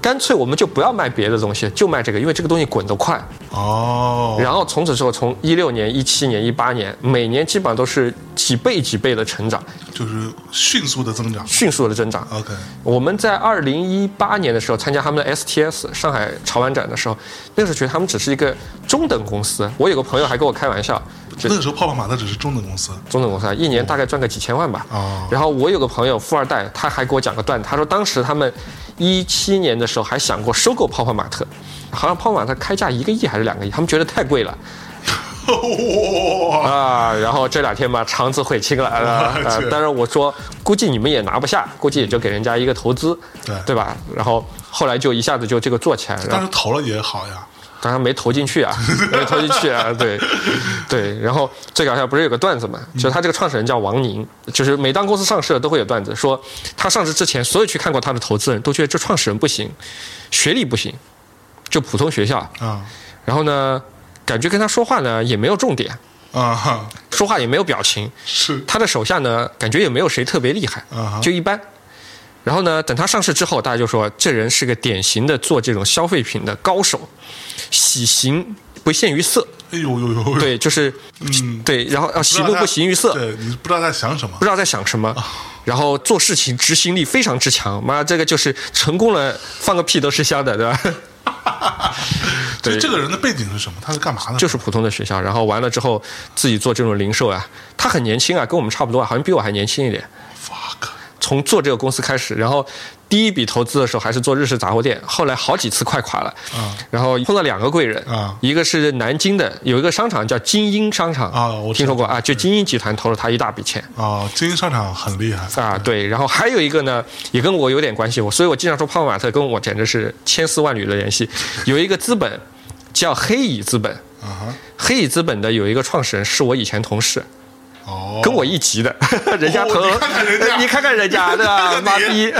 干脆我们就不要卖别的东西，就卖这个，因为这个东西滚得快。”
哦，
然后从此之后，从一六年、一七年、一八年，每年基本上都是几倍几倍的成长，
就是迅速的增长。
迅速的增长。
OK，
我们在二零一八年的时候参加他们的 STS 上海潮玩展的时候，那时候觉得他们只是一个中等公司。我有个朋友还跟我开玩笑，就
那个时候泡泡玛特只是中等公司，
中等公司啊，一年大概赚个几千万吧。
哦
然后我有个朋友富二代，他还给我讲个段子，他说当时他们一七年的时候还想过收购泡泡玛特，好像泡泡玛特开价一个亿还是两个亿，他们觉得太贵了。
哇、
啊，然后这两天吧，肠子悔青了。 啊
我
啊
去！
当然我说，估计你们也拿不下，估计也就给人家一个投资，
对
对吧？然后后来就一下子就这个做起来了，然
当
后
时投了也好呀，
当然没投进去啊，没投进去啊，对对。然后最搞笑不是有个段子嘛，就是他这个创始人叫王宁，就是每当公司上市了都会有段子，说他上市之前，所有去看过他的投资人都觉得这创始人不行，学历不行，就普通学校，
啊
然后呢，感觉跟他说话呢也没有重点，
啊哈，
说话也没有表情。
是
他的手下呢，感觉也没有谁特别厉害
啊哈，
就一般。然后呢，等他上市之后，大家就说这人是个典型的做这种消费品的高手，喜形不限于色，
哎呦呦呦，，
对，就是
嗯，
对，然后啊，喜怒不形于色，
对你不知道在想什么
不，知道在想什么。然后做事情执行力非常之强，妈，这个就是成功了，放个屁都是香的，对吧？
就
对
这个人的背景是什么？他是干嘛的？
就是普通的学校，然后完了之后自己做这种零售啊，他很年轻啊，跟我们差不多啊，好像比我还年轻一点。
fuck，
从做这个公司开始，然后第一笔投资的时候还是做日式杂货店，后来好几次快垮了，
啊
然后碰到两个贵人，
啊
一个是南京的有一个商场叫金鹰商场
啊我知
听
道
说过啊，就金鹰集团投了他一大笔钱。
啊，经营商场很厉害
啊，对，然后还有一个呢，也跟我有点关系，我所以我经常说泡泡玛特跟我简直是千丝万缕的联 系。有一个资本叫黑蚁资本，
啊哈，
黑蚁资本的有一个创始人是我以前同事，
哦，
跟我一级的， 人家投，
哦你看看人家
你看看人家，对吧？
你
妈逼！
你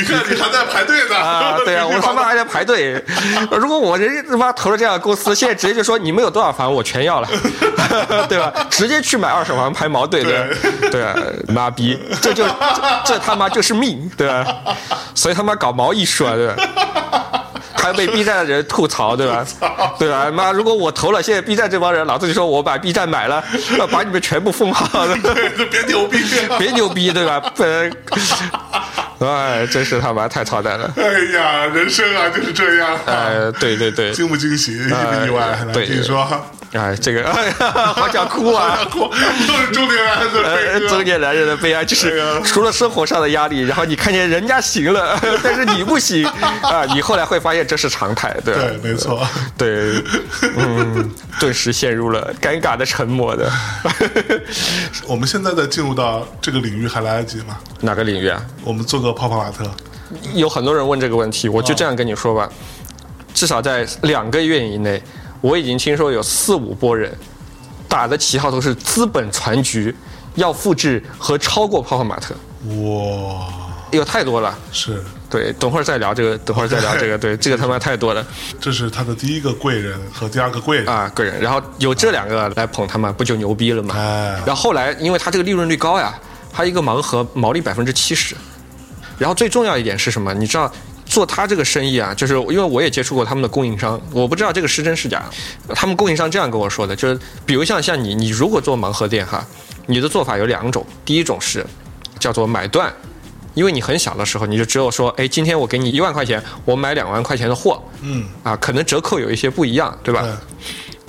看你还在排队呢
啊，对啊，我他妈还在排队。 如果我人他妈投了这样的公司，现在直接就说你们有多少房，我全要了， 对吧？直接去买二手房排毛队的，对啊，妈逼，这就这这他妈就是命，对吧？所以他妈搞毛艺术啊，对吧？还被 B 站的人吐槽，对吧？对吧？妈，如果我投了，现在 B 站这帮人，老子就说我把 B 站买了，把你们全部封号 了。
对，就别牛逼。
别牛逼，对吧？呃， 哎，真是他妈太操蛋了。
哎呀，人生啊就是这样啊，
呃，对对对，
惊不惊喜，意不意外？来，
对
你说，啊
哎，这个、哎呀、好想哭啊
大！哭，都是中哎年男子
呃，
悲歌
中年男人的悲哀就
哎
是
呀
除了生活上的压力，然后你看见人家行了， 但是你不行啊！你后来会发现这是常态，对吧？
对，没错。
对，嗯，顿时陷入了尴尬的沉默的
我们现在再进入到这个领域还来得及吗？
哪个领域啊？
我们做个泡泡玛特，
有很多人问这个问题，我就这样跟你说吧，至少在两个月以内，我已经听说有四五波人打的旗号都是资本传局，要复制和超过泡泡玛特。
哇，
有太多了。
是，
对，等会儿再聊这个，等会儿再聊这个，对，这个他妈太多了
这是他的第一个贵人和第二个贵人，
啊，贵人。然后有这两个来捧他们，不就牛逼了吗？
哎
然后后来，因为它这个利润率高呀，它一个盲盒毛利百分之七十。然后最重要一点是什么？你知道做它这个生意啊，就是因为我也接触过他们的供应商，我不知道这个是真是假。他们供应商这样跟我说的，就是比如像像你，你如果做盲盒店哈，你的做法有两种，第一种是叫做买断。因为你很小的时候，你就只有说，哎，今天我给你一万块钱，我买两万块钱的货，
嗯，
啊，可能折扣有一些不一样，对吧？
对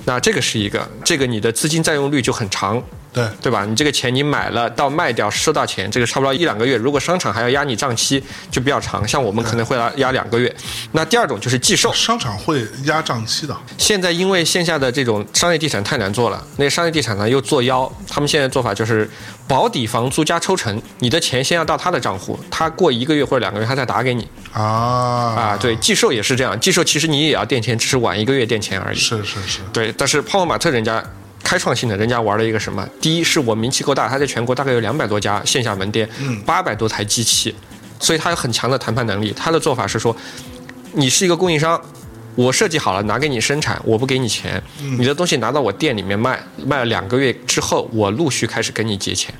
那这个是一个，这个你的资金占用率就很长，
对，
对吧？你这个钱你买了到卖掉收到钱，这个差不多一两个月。如果商场还要压你账期，就比较长。像我们可能会压压两个月。那第二种就是寄售，
商场会压账期的，
现在因为线下的这种商业地产太难做了，那商业地产呢又作妖，他们现在做法就是保底房租加抽成，你的钱先要到他的账户，他过一个月或者两个月他再打给你
啊
啊。
啊，
对，寄售也是这样，寄售其实你也要垫钱，只是晚一个月垫钱而已。
是是是，
对，但是泡泡玛特人家开创性的，人家玩了一个什么？第一是我名气够大，它在全国大概有两百多家线下门店，八百多台机器，所以它有很强的谈判能力。它的做法是说，你是一个供应商。我设计好了，拿给你生产，我不给你钱，你的东西拿到我店里面卖，卖了两个月之后，我陆续开始跟你结钱，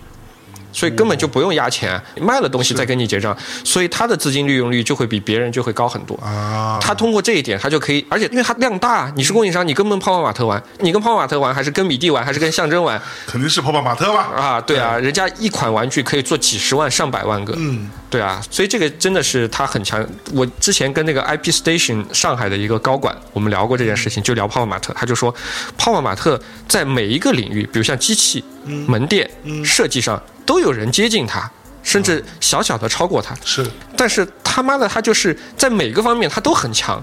所以根本就不用压钱，卖了东西再跟你结账，所以它的资金利用率就会比别人就会高很多。
啊，
他通过这一点，他就可以，而且因为他量大，你是供应商，你跟不跟泡泡玛特玩？你跟泡泡玛特玩，还是跟米蒂玩，还是跟象征玩
肯定是泡泡玛特吧？
啊？对啊，人家一款玩具可以做几十万、上百万个，
嗯，
对啊，所以这个真的是他很强。我之前跟那个 IP Station 上海的一个高管，我们聊过这件事情，就聊泡泡玛特，他就说，泡泡玛特在每一个领域，比如像机器、门店、设计上，都有人接近他，甚至小小的超过他。
是
但是他妈的，他就是在每个方面他都很强。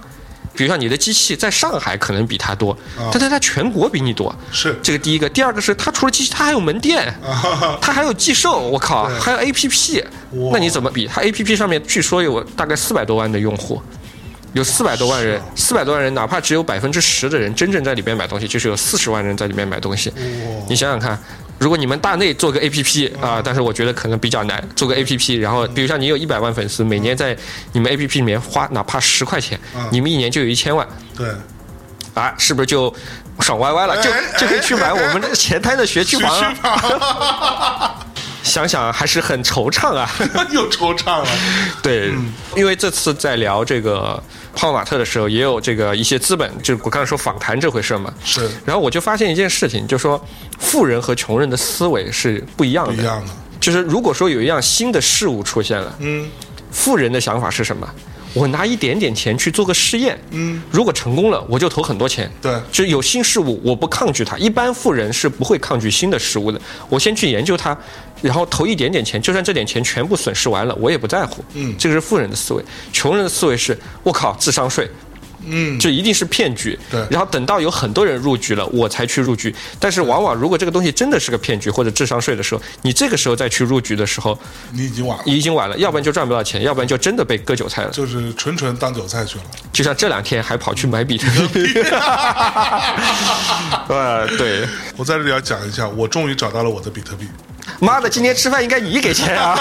比如像你的机器在上海可能比他多，
啊
但他在全国比你多，
是
这个第一个。第二个是他除了机器，他还有门店，
啊，
他还有寄售，我靠，还有 APP，
哇
那你怎么比？他 APP 上面据说有大概四百多万的用户。有四百多万人，
啊
四百多万人，哪怕只有百分之十的人真正在里面买东西，就是有四十万人在里面买东西。
哦
你想想看，如果你们大内做个 APP 啊、但是我觉得可能比较难，做个 APP，然后比如像你有一百万粉丝，每年在你们 APP 里面花哪怕十块钱，你们一年就有一千万，
对，
啊，是不是就爽歪歪了？就
哎
就可以去买我们这前台的学区
去
房了。
去吧，
想想还是很惆怅啊。
又惆怅了，
对， 因为这次在聊这个泡泡玛特的时候，也有这个一些资本，就是我刚才说访谈这回事嘛。
是
然后我就发现一件事情，就说富人和穷人的思维是不一样
不
的。
一样的，
就是如果说有一样新的事物出现了，
嗯
富人的想法是什么？我拿一点点钱去做个试验，
嗯，
如果成功了，我就投很多钱。
对
就有新事物，我不抗拒它。一般富人是不会抗拒新的事物的。我先去研究它，然后投一点点钱，就算这点钱全部损失完了，我也不在乎。
嗯
这个是富人的思维。穷人的思维是：我靠，智商税，
嗯，
这一定是骗局。
对
然后等到有很多人入局了，我才去入局。但是往往如果这个东西真的是个骗局或者智商税的时候，你这个时候再去入局的时候，
你已经晚了，
已经晚了，要不然就赚不到钱，要不然就真的被割韭菜了。
就是纯纯当韭菜去了，
就像这两天还跑去买 比特币，呃，对，
我在这里要讲一下，我终于找到了我的比特币。
妈的，今天吃饭应该你给钱啊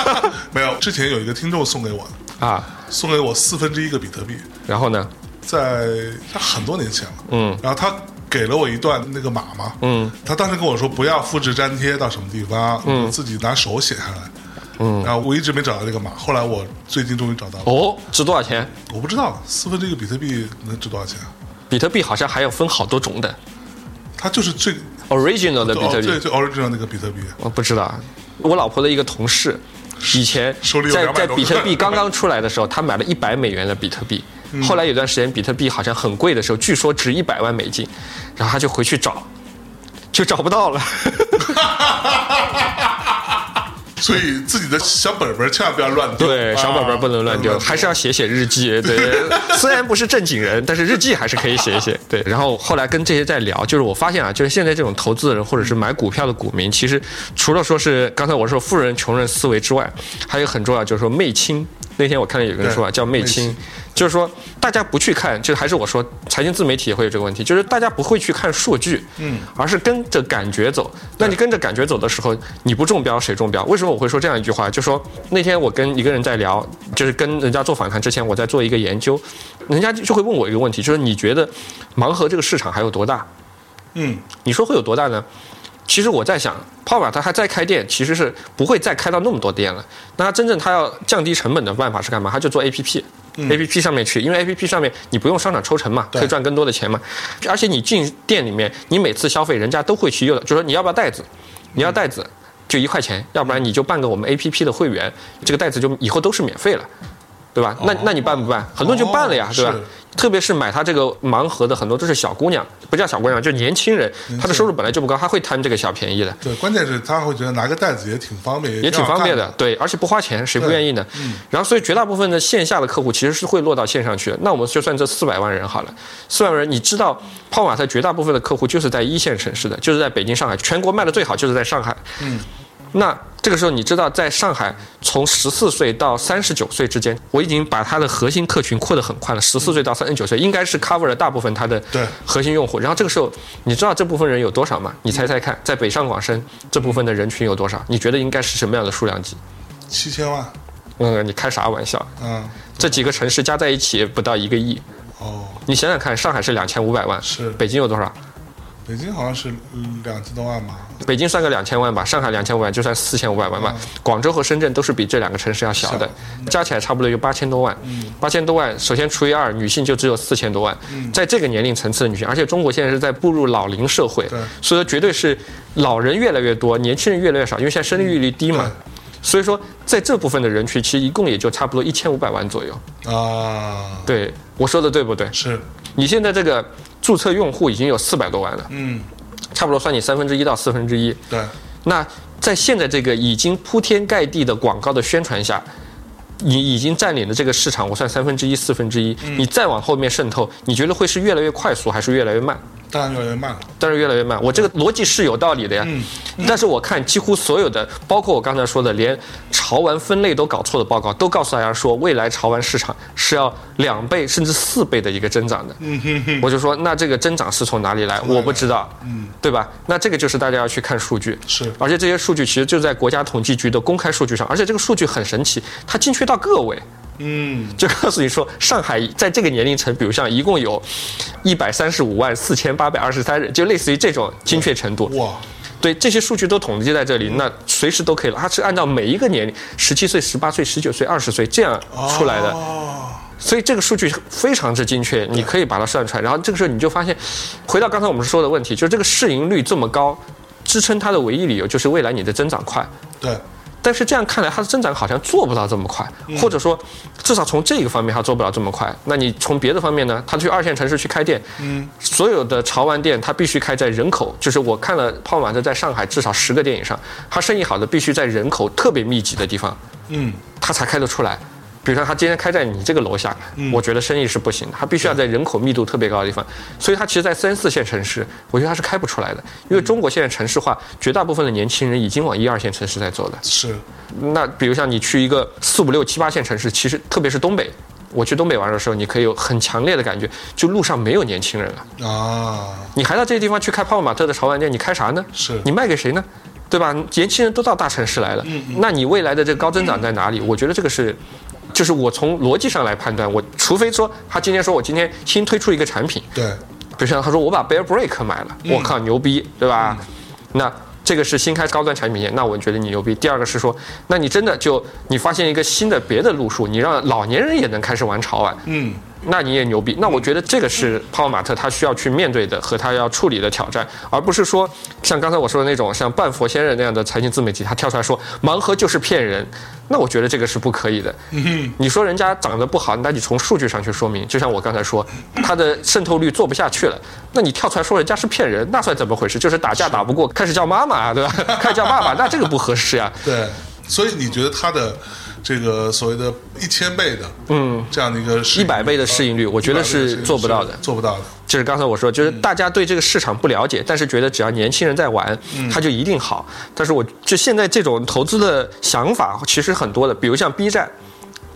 没有，之前有一个听众送给我的，
啊！
送给我四分之一个比特币，
然后呢，
在他很多年前了，嗯，然后他给了我一段那个码嘛，嗯，他当时跟我说不要复制粘贴到什么地方，嗯，自己拿手写下来，嗯，然后我一直没找到这个码，后来我最近终于找到了，
哦，值多少钱？
我不知道四分之一个比特币能值多少钱啊，
比特币好像还要分好多种的
它就是最
，original 的比特
哦最
币，
最 original 那个比特币，
我不知道。我老婆的一个同事，以前
手里有
在
200
在
多
比特币
个
刚刚出来的时候，他买了一百美元的比特币。后来有段时间比特币好像很贵的时候，据说值一百万美金，然后他就回去找，就找不到了。
所以自己的小本本千万不要乱丢，
对，
啊
小本本不能乱丢，还是要写写日记。对， 虽然不是正经人，但是日记还是可以写一 写。对，然后后来跟这些在聊，就是我发现啊，就是现在这种投资人或者是买股票的股民，其实除了说是刚才我说富人穷人思维之外，还有很重要就是说媚亲。那天我看到有个人说啊，
对
叫媚
媚
亲
亲，
就是说大家不去看，就是还是我说财经自媒体也会有这个问题，就是大家不会去看数据，嗯，而是跟着感觉走。那你跟着感觉走的时候，你不中标谁中标？为什么我会说这样一句话？就说那天我跟一个人在聊，就是跟人家做访谈之前，我在做一个研究，人家就会问我一个问题，就是你觉得盲盒这个市场还有多大？
嗯，
你说会有多大呢？其实我在想，泡泡它还在开店，其实是不会再开到那么多店了。那它真正它要降低成本的办法是干嘛？它就做 APP。A P P 上面去，因为 A P P 上面你不用上场抽成嘛，
对
可以赚更多的钱嘛。而且你进店里面，你每次消费，人家都会去用的，就说你要不要袋子，你要袋子就一块钱，要不然你就办个我们 A P P 的会员，这个袋子就以后都是免费了，对吧？那那你办不办？很多人就办了呀
哦，
对吧
是？
特别是买它这个盲盒的，很多都是小姑娘，不叫小姑娘，就年轻人，她的收入本来就不高，她会贪这个小便宜的。
对，关键是他会觉得拿个袋子也挺方便，
也挺
好
方
看
便的，，对，嗯而且不花钱，谁不愿意呢？然后，所以绝大部分的线下的客户其实是会落到线上去的。那我们就算这四百万人好了，四百万人，你知道泡玛特绝大部分的客户就是在一线城市的，就是在北京、上海，全国卖的最好就是在上海。
嗯，
那这个时候你知道，在上海从十四岁到三十九岁之间，我已经把它的核心客群扩得很宽了，十四岁到三十九岁应该是 cover 了大部分它的
对
核心用户。然后这个时候，你知道这部分人有多少吗？你猜猜看，在北上广深这部分的人群有多少？你觉得应该是什么样的数量级？
七千万，
嗯，你开啥玩笑？
嗯，
这几个城市加在一起不到一个亿，
哦，
你想想看，上海是两千五百万，
是
北京有多少？
北京好像是两千多万吧，
北京算个两千万吧，上海两千五百就算四千五百万吧。广州和深圳都是比这两个城市要小的
嗯小，嗯
加起来差不多有八千多万。八千多万，首先除以二，女性就只有四千多万。
嗯
在这个年龄层次的女性，而且中国现在是在步入老龄社会
对，
所以说绝对是老人越来越多，年轻人越来越少，因为现在生育率低嘛。所以说，在这部分的人群，其实一共也就差不多一千五百万左右。
嗯啊，
对我说的对不对？
是，
你现在这个注册用户已经有四百多万了，
嗯，
差不多算你三分之一到四分之一。
对，
那在现在这个已经铺天盖地的广告的宣传下，你已经占领了这个市场，我算三分之一、四分之一。你再往后面渗透，你觉得会是越来越快速，还是越来越慢？
当然越来越慢了，
当然越来越慢。我这个逻辑是有道理的呀。但是我看几乎所有的，包括我刚才说的，连潮玩分类都搞错的报告，都告诉大家说，未来潮玩市场是要两倍甚至四倍的一个增长的。
嗯
我就说，那这个增长是嗯从哪里来？嗯我不知道，对吧？那这个就是大家要去看数据。
是
而且这些数据其实就在国家统计局的公开数据上，而且这个数据很神奇，它精确到个位。
嗯，
就告诉你说，上海在这个年龄层，比如像一共有一百三十五万四千八百二十三人，就类似于这种精确程度。
哇，
对，这些数据都统计在这里，那随时都可以了。它是按照每一个年龄，十七岁、十八岁、十九岁、二十岁这样出来的。
哦，
所以这个数据非常之精确，你可以把它算出来。然后这个时候你就发现，回到刚才我们说的问题，就是这个市盈率这么高，支撑它的唯一理由就是未来你的增长快。
对，
但是这样看来，它的增长好像做不到这么快，或者说，至少从这个方面它做不了这么快。那你从别的方面呢？它去二线城市去开店，嗯，所有的潮玩店它必须开在人口，就是我看了泡玛特在上海至少十个店以上，它生意好的必须在人口特别密集的地方，
嗯，
它才开得出来。比如说，它今天开在你这个楼下，我觉得生意是不行的，它必须要在人口密度特别高的地方。所以它其实，在三四线城市，我觉得它是开不出来的，因为中国现在城市化，绝大部分的年轻人已经往一二线城市在走了。
是，
那比如像你去一个四五六七八线城市，其实特别是东北，我去东北玩的时候，你可以有很强烈的感觉，就路上没有年轻人了。
啊，
你还到这些地方去开泡泡玛特的潮玩店，你开啥呢？
是
你卖给谁呢？对吧？年轻人都到大城市来了，那你未来的这个高增长在哪里？我觉得这个是，就是我从逻辑上来判断，我除非说他今天说我今天新推出一个产品，
对，
比如像他说我把 Bear Break 买了，我靠牛逼，对吧？那这个是新开高端产品线，那我觉得你牛逼。第二个是说，那你真的就你发现一个新的别的路数，你让老年人也能开始玩潮玩，
嗯，
那你也牛逼。那我觉得这个是泡泡玛特他需要去面对的和他要处理的挑战，而不是说像刚才我说的那种像半佛仙人那样的财经自媒体，他跳出来说盲盒就是骗人，那我觉得这个是不可以的。你说人家长得不好，那你从数据上去说明，就像我刚才说，他的渗透率做不下去了，那你跳出来说人家是骗人，那算怎么回事？就是打架打不过，开始叫妈妈啊，对吧？开始叫爸爸，那这个不合适呀、啊
对，所以你觉得它的这个所谓的一千倍的，嗯，这样的一个市啊
一百倍的市盈率，我觉得是做不到的。
做不到的，
就是刚才我说，
嗯
就是大家对这个市场不了解，但是觉得只要年轻人在玩，
嗯
他就一定好。但是我就现在这种投资的想法其实很多的，比如像 B 站。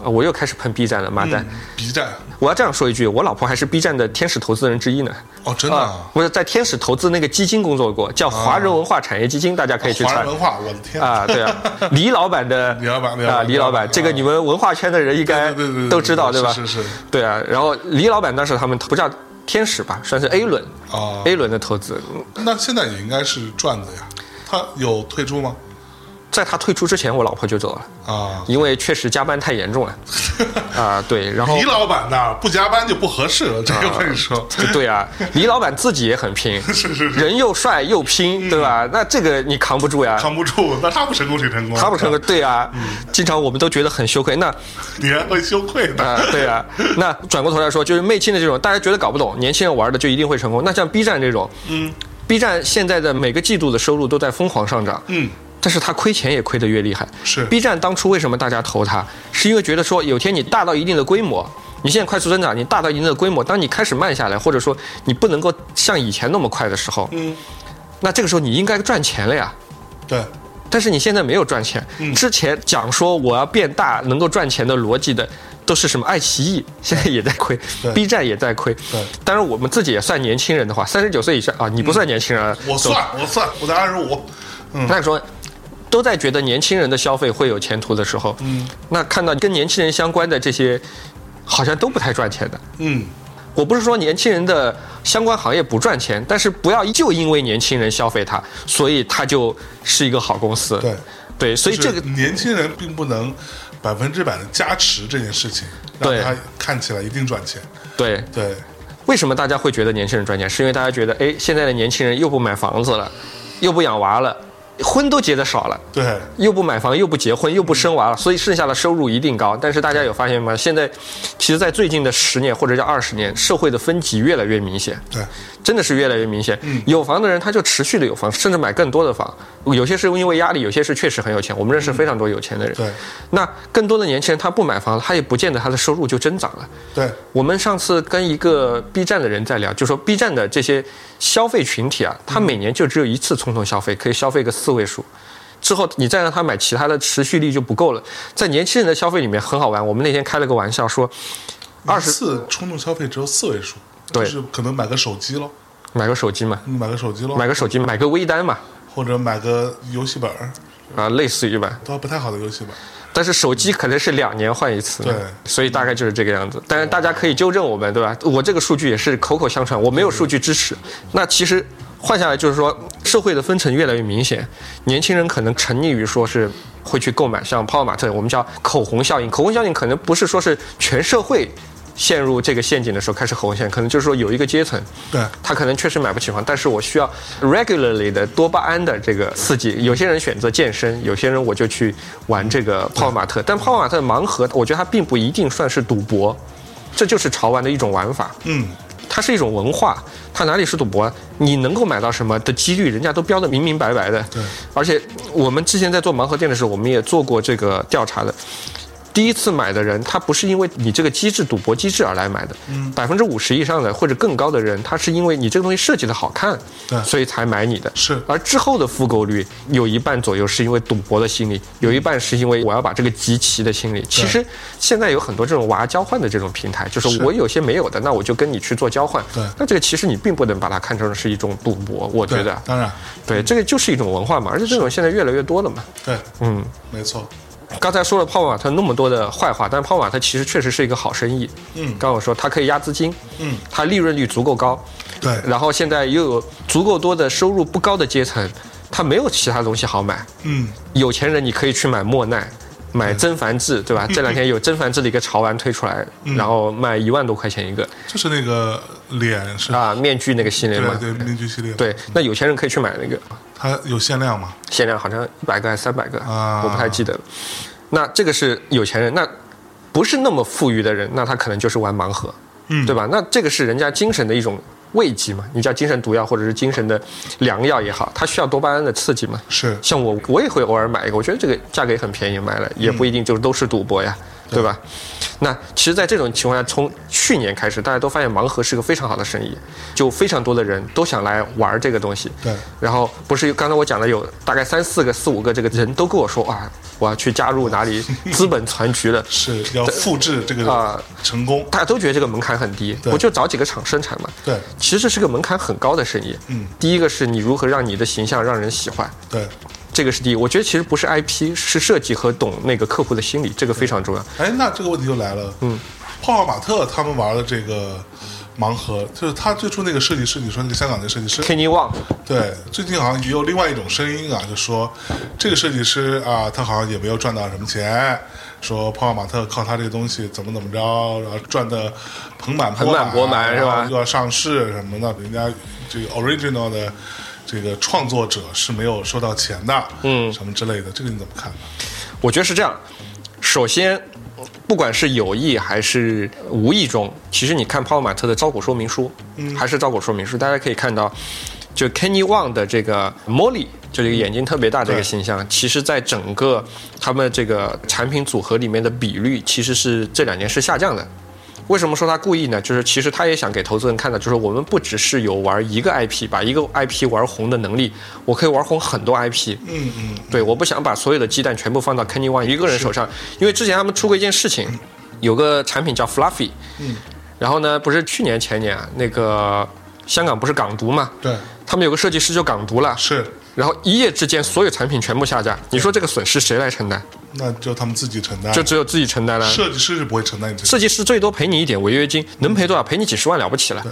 啊我又开始喷 B 站了，妈蛋！
B 站
我要这样说一句，我老婆还是 B 站的天使投资人之一呢。
哦，真的啊，
我在天使投资那个基金工作过，叫华人文化产业基金，大家可以去
华
查
人。文化，我的天！
啊，对 啊，李老板的
李老板李老板
啊，李老板，这个你们文化圈的人应该
对对对对对
都知道
对
吧？
是是是
对啊，然后李老板当时他们不叫天使吧，算是 A 轮
哦
，A 轮的投资，
那现在也应该是赚的呀，他有退出吗？
在他退出之前，我老婆就走了，
啊，
因为确实加班太严重了啊，对，然后
李老板呐，不加班就不合适了，这
啊
个我跟你说，
就对啊，李老板自己也很拼，
是是是，
人又帅又拼，对吧？那这个你扛不住呀。
扛不住，那他不成功谁成功？
他不成个，对啊，经常我们都觉得很羞愧。那
你还会羞愧的。
啊、对啊，那转过头来说，就是媚亲的这种，大家觉得搞不懂，年轻人玩的就一定会成功。那像 B 站这种，嗯，B 站现在的每个季度的收入都在疯狂上涨，
嗯，
但是它亏钱也亏得越厉害。
是
B 站当初为什么大家投它，是因为觉得说有天你大到一定的规模。你现在快速增长，你大到一定的规模，当你开始慢下来，或者说你不能够像以前那么快的时候，
嗯，
那这个时候你应该赚钱了呀。
对，
但是你现在没有赚钱。
嗯
之前讲说我要变大能够赚钱的逻辑的，都是什么爱奇艺现在也在亏
对
，B 站也在亏。
对
当然我们自己也算年轻人的话，三十九岁以上啊，你不算年轻人啊，
嗯我
总
算我算，我才二十五，
那说。都在觉得年轻人的消费会有前途的时候，
嗯
那看到跟年轻人相关的这些，好像都不太赚钱的。
嗯，
我不是说年轻人的相关行业不赚钱，但是不要就因为年轻人消费它，所以它就是一个好公司。
对，
对，所以这个
就是年轻人并不能百分之百的加持这件事情，让
对
他看起来一定赚钱。
对
对，
为什么大家会觉得年轻人赚钱？是因为大家觉得，哎，现在的年轻人又不买房子了，又不养娃了，婚都结得少了，
对，
又不买房，又不结婚，又不生娃了，所以剩下的收入一定高。但是大家有发现吗？现在，其实，在最近的十年或者叫二十年，社会的分级越来越明显。
对，
真的是越来越明显。有房的人他就持续的有房，甚至买更多的房。有些是因为压力，有些是确实很有钱。我们认识非常多有钱的人。
对，
那更多的年轻人他不买房，他也不见得他的收入就增长了。
对，
我们上次跟一个 B 站的人在聊，就说 B 站的这些消费群体啊，他每年就只有一次冲动消费，可以消费个四位数。之后你再让他买其他的，持续力就不够了。在年轻人的消费里面很好玩，我们那天开了个玩笑说，二
一
十
次冲动消费只有四位数，
对
就是可能买个手机咯，
买个手机嘛，
买个手机咯，
买个手机，买个微单嘛，
或者买个游戏本儿，
啊，类似于吧。
都不太好的游戏本儿。
但是手机可能是两年换一次，
对
所以大概就是这个样子。但是大家可以纠正我们，对吧？我这个数据也是口口相传，我没有数据支持。那其实换下来就是说，社会的分层越来越明显，年轻人可能沉溺于说是会去购买，像泡泡玛特，我们叫口红效应。口红效应可能不是说是全社会陷入这个陷阱的时候开始口红效应，可能就是说有一个阶层，
对，
他可能确实买不起房，但是我需要 regularly 的多巴胺的这个刺激。有些人选择健身，有些人我就去玩这个泡泡玛特。但泡泡玛特盲盒，我觉得它并不一定算是赌博，这就是潮玩的一种玩法，
嗯，
它是一种文化。它哪里是赌博啊？你能够买到什么的几率，人家都标的明明白白的。
对，
而且我们之前在做盲盒店的时候，我们也做过这个调查的。第一次买的人，他不是因为你这个机制赌博机制而来买的，
嗯
百分之五十以上的或者更高的人，他是因为你这个东西设计的好看
对，
所以才买你的。
是
而之后的复购率有一半左右是因为赌博的心理，有一半是因为我要把这个集齐的心理。其实现在有很多这种娃交换的这种平台，就是我有些没有的，那我就跟你去做交换。
对
那这个其实你并不能把它看成是一种赌博，我觉
对
得，。
当然，
对，这个就是一种文化嘛，而且这种现在越来越多了嘛。
对，
嗯，
没错，
刚才说了泡泡玛特那么多的坏话，但泡泡玛特其实确实是一个好生意。
嗯
刚刚我说它可以压资金，
嗯，
它利润率足够高，
对，
然后现在又有足够多的收入不高的阶层，它没有其他东西好买。
嗯，
有钱人你可以去买莫奈，买甄嬛志，对吧？这两天有甄嬛志的一个潮玩推出来，然后卖一万多块钱一个
就是那个脸是，
啊，面具那个系列
对
嘛。
对，面具系列，，
对，那有钱人可以去买那个，
它有限量嘛？
限量好像一百个还是三百个，
啊
我不太记得了。那这个是有钱人，那不是那么富裕的人，那他可能就是玩盲盒，
嗯
对吧？那这个是人家精神的一种慰藉嘛，你叫精神毒药或者是精神的良药也好，它需要多巴胺的刺激嘛。
是，嗯
像我，我也会偶尔买一个，我觉得这个价格也很便宜，买了也不一定就都是赌博呀。对吧？那其实，在这种情况下，从去年开始，大家都发现盲盒是个非常好的生意，就非常多的人都想来玩这个东西。
对
然后不是刚才我讲的有大概三四个、四五个这个人都跟我说啊，我要去加入哪 里资本残局的，
是要复制这个
啊
成功，
大家都觉得这个门槛很低，
对
不就找几个厂生产嘛？
对
其实这是个门槛很高的生意。
嗯，
第一个是你如何让你的形象让人喜欢，
对。
这个是第一。我觉得其实不是 IP，是设计和懂那个客户的心理，这个非常重要。
哎，那这个问题就来了，嗯，泡泡玛特他们玩的这个盲盒，就是他最初那个设计师，你说那个香港的设计师，
Kenny Wang，
对，最近好像也有另外一种声音啊，就说这个设计师啊，他好像也没有赚到什么钱，说泡泡玛特靠他这个东西怎么怎么着，然后赚的盆满钵
盆满钵满是吧
然后又要上市什么的，人家这个 original 的这个创作者是没有收到钱的，嗯，什么之类的，这个你怎么看呢？
我觉得是这样。首先，不管是有意还是无意中，其实你看泡泡玛特的招股说明书，还是招股说明书，大家可以看到，就 Kenny Wang 的这个 Molly，就这个眼睛特别大这
对
个形象，其实在整个他们这个产品组合里面的比率，其实是这两年是下降的。为什么说他故意呢？就是其实他也想给投资人看的，就是我们不只是有玩一个 IP，把一个 IP 玩红的能力，我可以玩红很多 IP。
嗯嗯，
对，我不想把所有的鸡蛋全部放到 Kenny Wang 一个人手上，因为之前他们出过一件事情，有个产品叫 Fluffy，
嗯，
然后呢，不是去年前年啊，那个香港不是港独嘛，
嗯对，
他们有个设计师就港独了，
是，
然后一夜之间所有产品全部下架，你说这个损失谁来承担？
那就他们自己承担，
就只有自己承担了。
设计师是不会承担这个，
设计师最多赔你一点违约金，能赔多少？赔你几十万了不起了。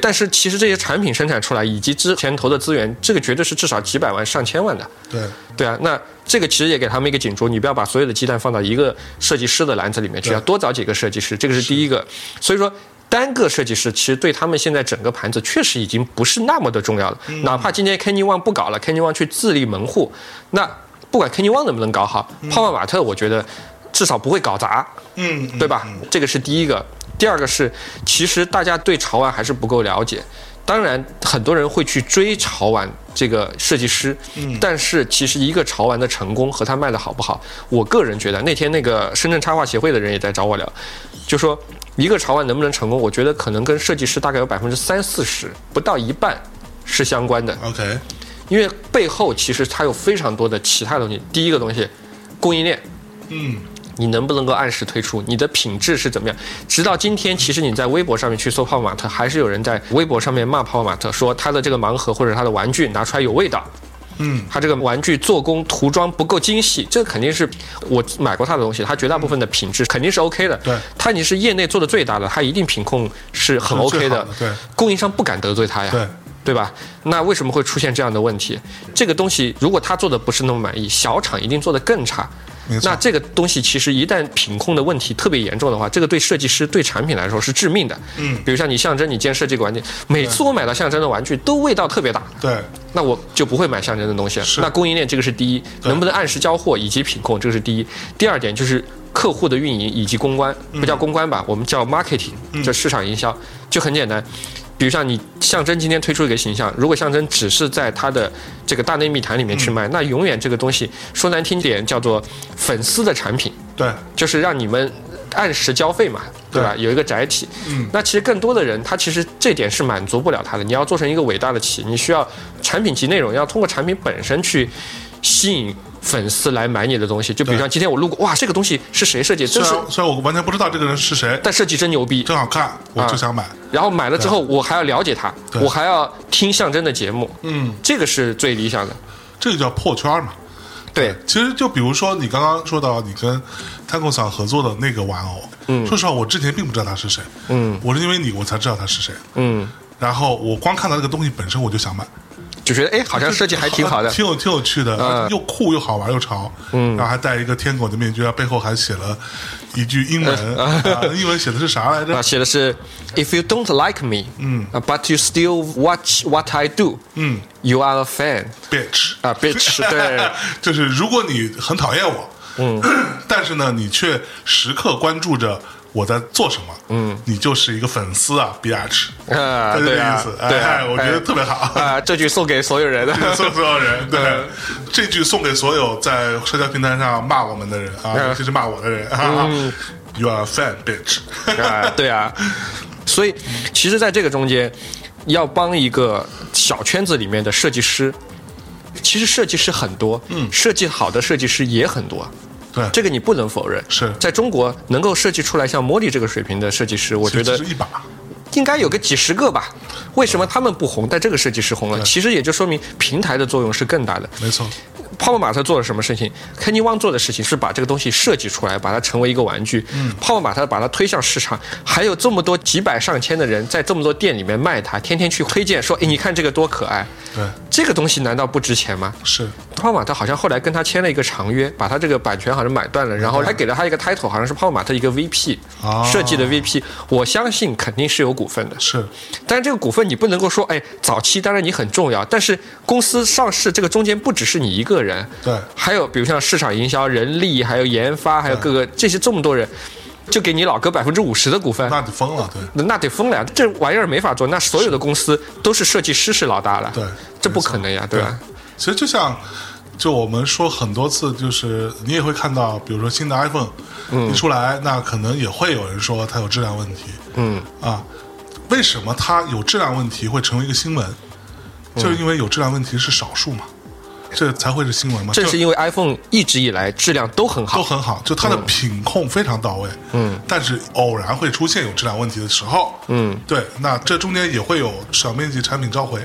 但是其实这些产品生产出来以及之前投的资源，这个绝对是至少几百万、上千万的。
对，
对啊，那这个其实也给他们一个警钟，你不要把所有的鸡蛋放到一个设计师的篮子里面去，
对
要多找几个设计师，这个是第一个。所以说。单个设计师其实对他们现在整个盘子确实已经不是那么的重要了。哪怕今天 Kenny Wang 不搞了，Kenny Wang 去自立门户，那不管 Kenny Wang 能不能搞好，泡泡玛特我觉得至少不会搞砸。
嗯，嗯
对吧？这个是第一个。第二个是，其实大家对潮玩还是不够了解。当然，很多人会去追潮玩这个设计师，
嗯
但是其实一个潮玩的成功和他卖的好不好，我个人觉得，那天那个深圳插画协会的人也在找我聊，就说一个潮玩能不能成功，我觉得可能跟设计师大概有百分之三四十，不到一半是相关的。
，OK，
因为背后其实它有非常多的其他东西。第一个东西，供应链，
嗯，
你能不能够按时推出？你的品质是怎么样？直到今天，其实你在微博上面去搜泡泡玛特，还是有人在微博上面骂泡泡玛特，说他的这个盲盒或者他的玩具拿出来有味道。
嗯，
他这个玩具做工涂装不够精细，这肯定是我买过他的东西，他绝大部分的品质肯定是 OK 的。
对
他已经是业内做的最大的，他一定品控是很
是最
OK
好
的
的。对，
供应商不敢得罪他呀。
对，
对吧？那为什么会出现这样的问题？这个东西如果他做的不是那么满意，小厂一定做得更差
没。错
那这个东西其实一旦品控的问题特别严重的话，这个对设计师、对产品来说是致命的。
嗯
比如像你象征，你今天设计个玩具，每次我买到象征的玩具都味道特别大，
对，
那我就不会买象征的东西了。那供应链这个是第一，能不能按时交货以及品控，这个是第一。第二点就是客户的运营以及公关，不叫公关吧，我们叫 marketing，这市场营销就很简单。比如像你象征今天推出一个形象，如果象征只是在它的这个大内密谈里面去卖，那永远这个东西说难听点叫做粉丝的产品，
对，
就是让你们按时交费嘛，对吧？有一个载体。
嗯，
那其实更多的人，他其实这点是满足不了他的。你要做成一个伟大的企业，你需要产品及内容，要通过产品本身去吸引粉丝来买你的东西。就比如像今天我路过，哇，这个东西是谁设计的？
虽
真是，
然虽然我完全不知道这个人是谁，
但设计真牛逼。
真好看，我
啊
就想买。
然后买了之后，我还要了解他，
对
我还要听象征的节目，
嗯，
这个是最理想的。
这个叫破圈嘛。
对，
其实就比如说你刚刚说到你跟 Tango 厂合作的那个玩偶，嗯，说实话，我之前并不知道他是谁，
嗯，
我是因为你我才知道他是谁，
嗯，
然后我光看到这个东西本身我就想买，
就觉得哎，好像设计还挺好的。嗯
挺有挺有趣的，又酷又好玩又潮，嗯，然后还戴一个天狗的面具，然后背后还写了一句英文，啊英文写的是啥来
嗯 啊，
着？
写的是 "If you don't like me, 嗯，but you still watch what I do,
嗯
you are a fan
，bitch
啊，bitch，对，
就是如果你很讨厌我，嗯， 但是呢，你却时刻关注着我在做什么，嗯，你就是一个粉丝啊，bitch，
啊
这是这
对
个
啊
意思，
对啊
哎，我觉得
哎
特别好。
啊，这句送给所有人 的。
送给所有人，对、
嗯嗯
这句送给所有在社交平台上骂我们的人啊，尤其是骂我的人啊， You are a fat bitch。
啊，对啊，所以其实在这个中间，要帮一个小圈子里面的设计师，其实设计师很多，嗯，设计好的设计师也很多，
对，
这个你不能否认。
是
在中国能够设计出来像莫莉这个水平的设计师，我觉得
是一把。
应该有个几十个吧。为什么他们不红，但这个设计师红了？其实也就说明平台的作用是更大的。
没错，
泡泡玛特做了什么事情？Kenny Wang 做的事情是把这个东西设计出来，把它成为一个玩具。泡泡玛特把它推向市场，还有这么多几百上千的人在这么多店里面卖它，天天去推荐说：“哎，你看这个多可爱！”
对，
这个东西难道不值钱吗？
是
泡泡玛特好像后来跟他签了一个长约，把他这个版权好像买断了，然后还给了他一个 title，好像是泡泡玛特一个 VP、
哦
设计的 VP。我相信肯定是有股份的，
是，
但是这个股份你不能够说，哎，早期当然你很重要，但是公司上市这个中间不只是你一个人，
对
还有比如像市场营销、人力，还有研发，还有各个这些这么多人，就给你老哥百分之五十的股份。
那你疯了，对，
那那得疯了呀！这玩意儿没法做，那所有的公司都是设计师是老大了，
对
这不可能呀，对吧？
其实就像，就我们说很多次，就是你也会看到，比如说新的 iPhone 一出来，那可能也会有人说它有质量问题。嗯啊，为什么它有质量问题会成为一个新闻？就是因为有质量问题是少数嘛，这才会是新闻嘛。
正
就是
因为 iPhone 一直以来质量都很好，
都很好，就它的品控非常到位，嗯，但是偶然会出现有质量问题的时候，嗯，对，那这中间也会有小面积产品召回，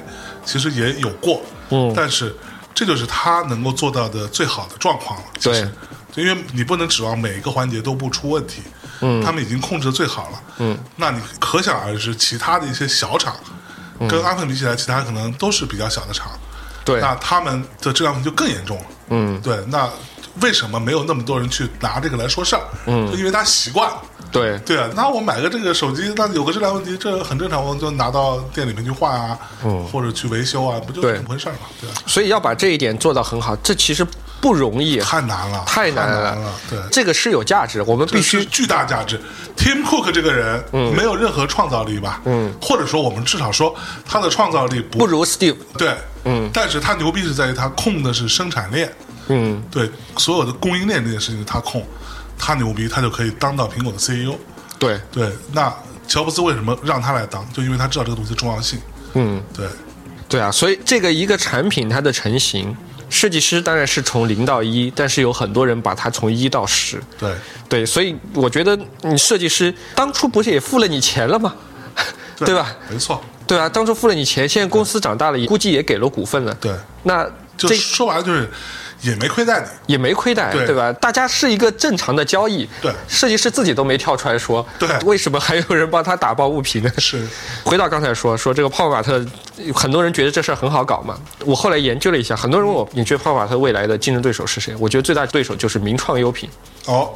其实也有过，嗯，但是这就是它能够做到的最好的状况了，其实，因为你不能指望每一个环节都不出问题，嗯，他们已经控制的最好了，嗯，那你可想而知，其他的一些小厂跟阿芬比起来，其他可能都是比较小的厂，
对，
那他们的质量问题就更严重了。嗯，对，那为什么没有那么多人去拿这个来说事儿？嗯，就因为他习惯了。
对，
对啊，那我买个这个手机，那有个质量问题，这很正常，我就拿到店里面去换啊，或者去维修啊，不就
嗯对
这么回事儿嘛？对啊，
所以要把这一点做到很好，这其实不容易，
太难了，
太
难
难了
对，
这个是有价值，我们必
是
须嗯
巨大价值。Tim Cook 这个人没有任何创造力吧？嗯，或者说我们至少说他的创造力不
不如 Steve。
对，嗯，但是他牛逼是在于他控的是生产链，嗯，对，所有的供应链这件事情他控，他牛逼，他就可以当到苹果的 CEO。
对，
对，那乔布斯为什么让他来当？就因为他知道这个东西的重要性。嗯，对，
对啊，所以这个一个产品它的成型，设计师当然是从零到一，但是有很多人把它从一到十。
对，
对，所以我觉得你设计师当初不是也付了你钱了 吗？
啊
对吧？？
没错，
对啊，当初付了你钱，现在公司长大了，估计也给了股份了。
对，
那
就
这
说白了就是也没亏待你。
也没亏待，
对
对吧？大家是一个正常的交易，
对
设计师自己都没跳出来说，
对
为什么还有人帮他打抱不平呢？
是，
回到刚才说说这个泡泡玛特，很多人觉得这事儿很好搞嘛。我后来研究了一下，很多人问我，你觉得泡泡玛特未来的竞争对手是谁？我觉得最大的对手就是名创优品，
哦，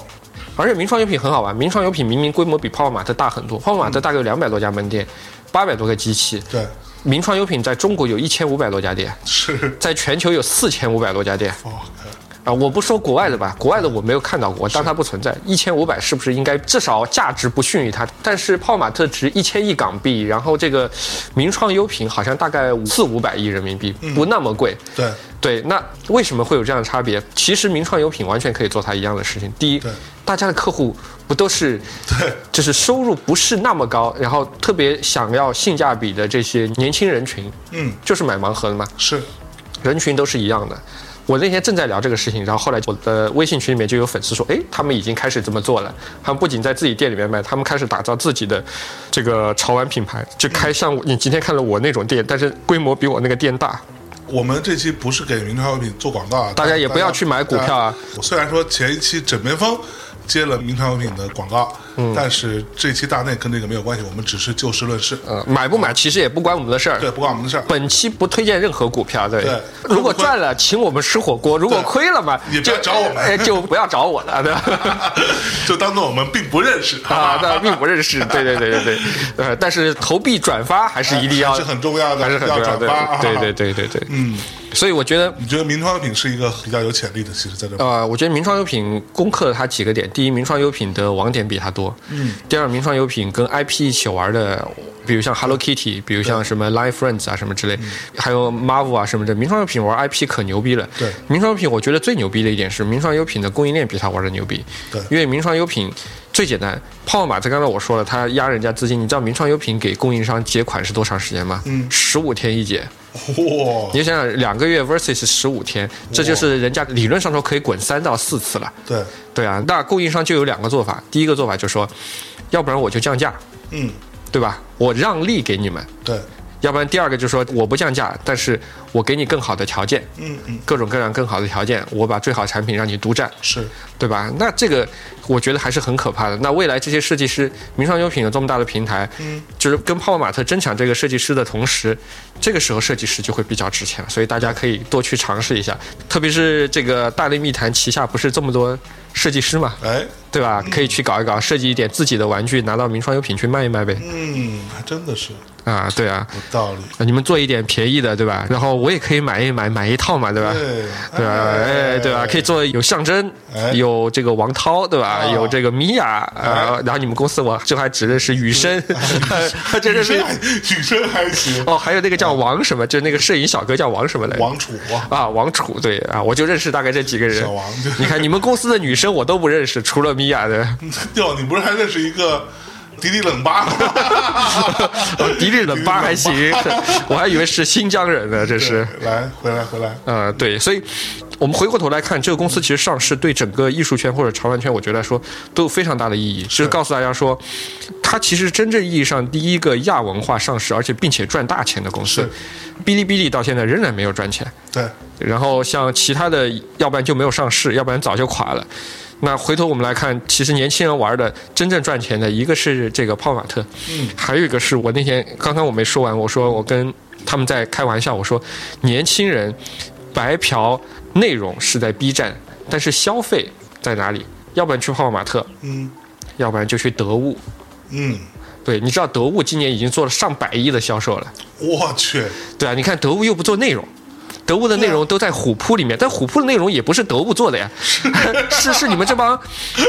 而且名创优品很好玩，名创优品明明规模比泡泡玛特大很多，泡泡玛特大概有两百多家门店，八百多个机器，
对，
名创优品在中国有一千五百多家店，
是，
在全球有四千五百多家店。
哦，
啊，我不说国外的吧，国外的我没有看到过，我当它不存在。一千五百是不是应该至少价值不逊于它？但是泡玛特值一千亿港币，然后这个名创优品好像大概四五百亿人民币，
嗯
不那么贵。
对，
对，那为什么会有这样的差别？其实名创优品完全可以做它一样的事情。第一
对，
大家的客户不都是
对，
就是收入不是那么高，然后特别想要性价比的这些年轻人群，
嗯，
就是买盲盒的嘛。
是，
人群都是一样的。我那天正在聊这个事情，然后后来我的微信群里面就有粉丝说，诶，他们已经开始这么做了。他们不仅在自己店里面卖，他们开始打造自己的这个潮玩品牌，就开像我你今天看了我那种店，但是规模比我那个店大。
我们这期不是给名创优品做广告啊，
大家也不要去买股票啊
大家。虽然说前一期枕边风接了名创优品的广告，
嗯
但是这期大内跟这个没有关系，我们只是就事论事，
呃，买不买其实也不关我们的事儿。
对，不关我们的事儿。
本期不推荐任何股票，对。
对
如果赚了，请我们吃火锅；如果亏了嘛，
也不要
就
找我们
哎，就不要找我了，对吧？
就当做我们并不认识，好
啊
吧，
那并不认识，对对对对对，呃，但是投币转发还是一定要，
哎还是很重要的
还是很重
要转
的
发啊
对对对对对，嗯，所以我觉得，
你觉得名创优品是一个比较有潜力的？其实在这儿，
呃，我觉得名创优品攻克了它几个点，第一，名创优品的网点比它多，嗯，第二，名创优品跟 IP 一起玩的，比如像 Hello Kitty，比如像什么 Line Friends 啊什么之类，还有 Marvel 啊什么的，名创优品玩 IP 可牛逼了，
对
名创优品我觉得最牛逼的一点是，名创优品的供应链比它玩的牛逼，
对
因为名创优品。最简单，泡泡玛特刚才我说了，他压人家资金，你知道名创优品给供应商结款是多长时间吗？
嗯
十五天一结。
哇，
你就想想两个月 versus 十五天，这就是人家理论上说可以滚三到四次了。
对，
对啊，那供应商就有两个做法，第一个做法就是说，要不然我就降价，
嗯，
对吧？我让利给你们，
对，
要不然第二个就是说我不降价，但是我给你更好的条件，
嗯嗯，
各种各样更好的条件，我把最好的产品让你独占，
是，
对吧？那这个我觉得还是很可怕的。那未来这些设计师，名创优品有这么大的平台，
嗯，
就是跟泡泡玛特争抢这个设计师的同时，这个时候设计师就会比较值钱，所以大家可以多去尝试一下。特别是这个大内密谈旗下不是这么多设计师嘛，
哎，
对吧？可以去搞一搞，设计一点自己的玩具，拿到名创优品去卖一卖呗。
嗯，还真的是
啊，对啊，
有道理，
你们做一点便宜的，对吧？然后我也可以买一买，买一套嘛，对吧？
对，
对吧？哎，对吧？可以做有象征
哎，
有这个王涛，对吧？
啊
有这个米娅，
哎
呃，然后你们公司我就还只认识雨生， 这
女
认识
生还女生还行，
哦，还有那个叫王什么，就是那个摄影小哥叫王什么来着？
王楚啊，
啊，王楚，对啊，我就认识大概这几个人
小。王对
你看你们公司的女生我都不认识，除了米 娅的。
哟，你不是还认识一个迪丽 冷巴吗？
哦迪丽冷巴还行， 我还以为是新疆人呢，这是。
对来回来回来，
呃，对，所以我们回过头来看，这个公司其实上市对整个艺术圈或者潮玩圈，我觉得来说都有非常大的意义，就是告诉大家说，它其实真正意义上第一个亚文化上市，而且并且赚大钱的公司
是。
哔哩哔哩到现在仍然没有赚钱，
对，
然后像其他的，要不然就没有上市，要不然早就垮了。那回头我们来看，其实年轻人玩的真正赚钱的，一个是这个泡玛特，
嗯，
还有一个是我那天刚刚我没说完，我说我跟他们在开玩笑，我说年轻人白嫖内容是在 B 站，但是消费在哪里？要不然去泡玛特，
嗯
要不然就去得物。
嗯，
对，你知道得物今年已经做了上百亿的销售了，
我去，
对啊，你看得物又不做内容。得物的内容都在虎扑里面，但虎扑的内容也不是得物做的呀，啊 是是你们这帮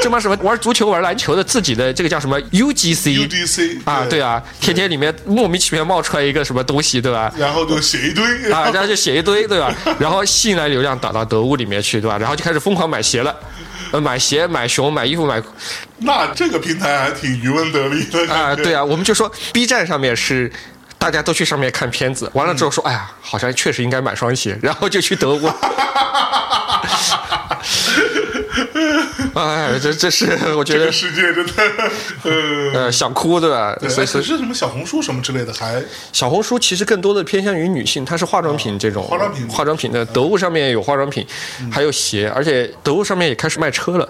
这帮什么玩足球、玩篮球的自己的这个叫什么 UGC
UGC
啊？对，啊，天天里面莫名其妙冒出来一个什么东西，对吧？
然后就写一堆，
啊，然后就写一堆，对吧？然后吸引来流量导到得物里面去，对吧？然后就开始疯狂买鞋了，呃，买鞋、买熊、买衣服、买
那这个平台还挺渔翁得利的
啊，
感觉
对啊，我们就说 B 站上面是。大家都去上面看片子，完了之后说：“哎呀，好像确实应该买双鞋。”然后就去德国。哎，这这是我觉
这
得
个世界真的，呃，
呃想哭对吧？ 所
哎
以
可
所以
是什么小红书什么之类的，还
小红书其实更多的偏向于女性，它是化妆品这种
啊化妆品嗯
化妆品的得物上面有化妆品，还有鞋，而且得物上面也开始卖车了。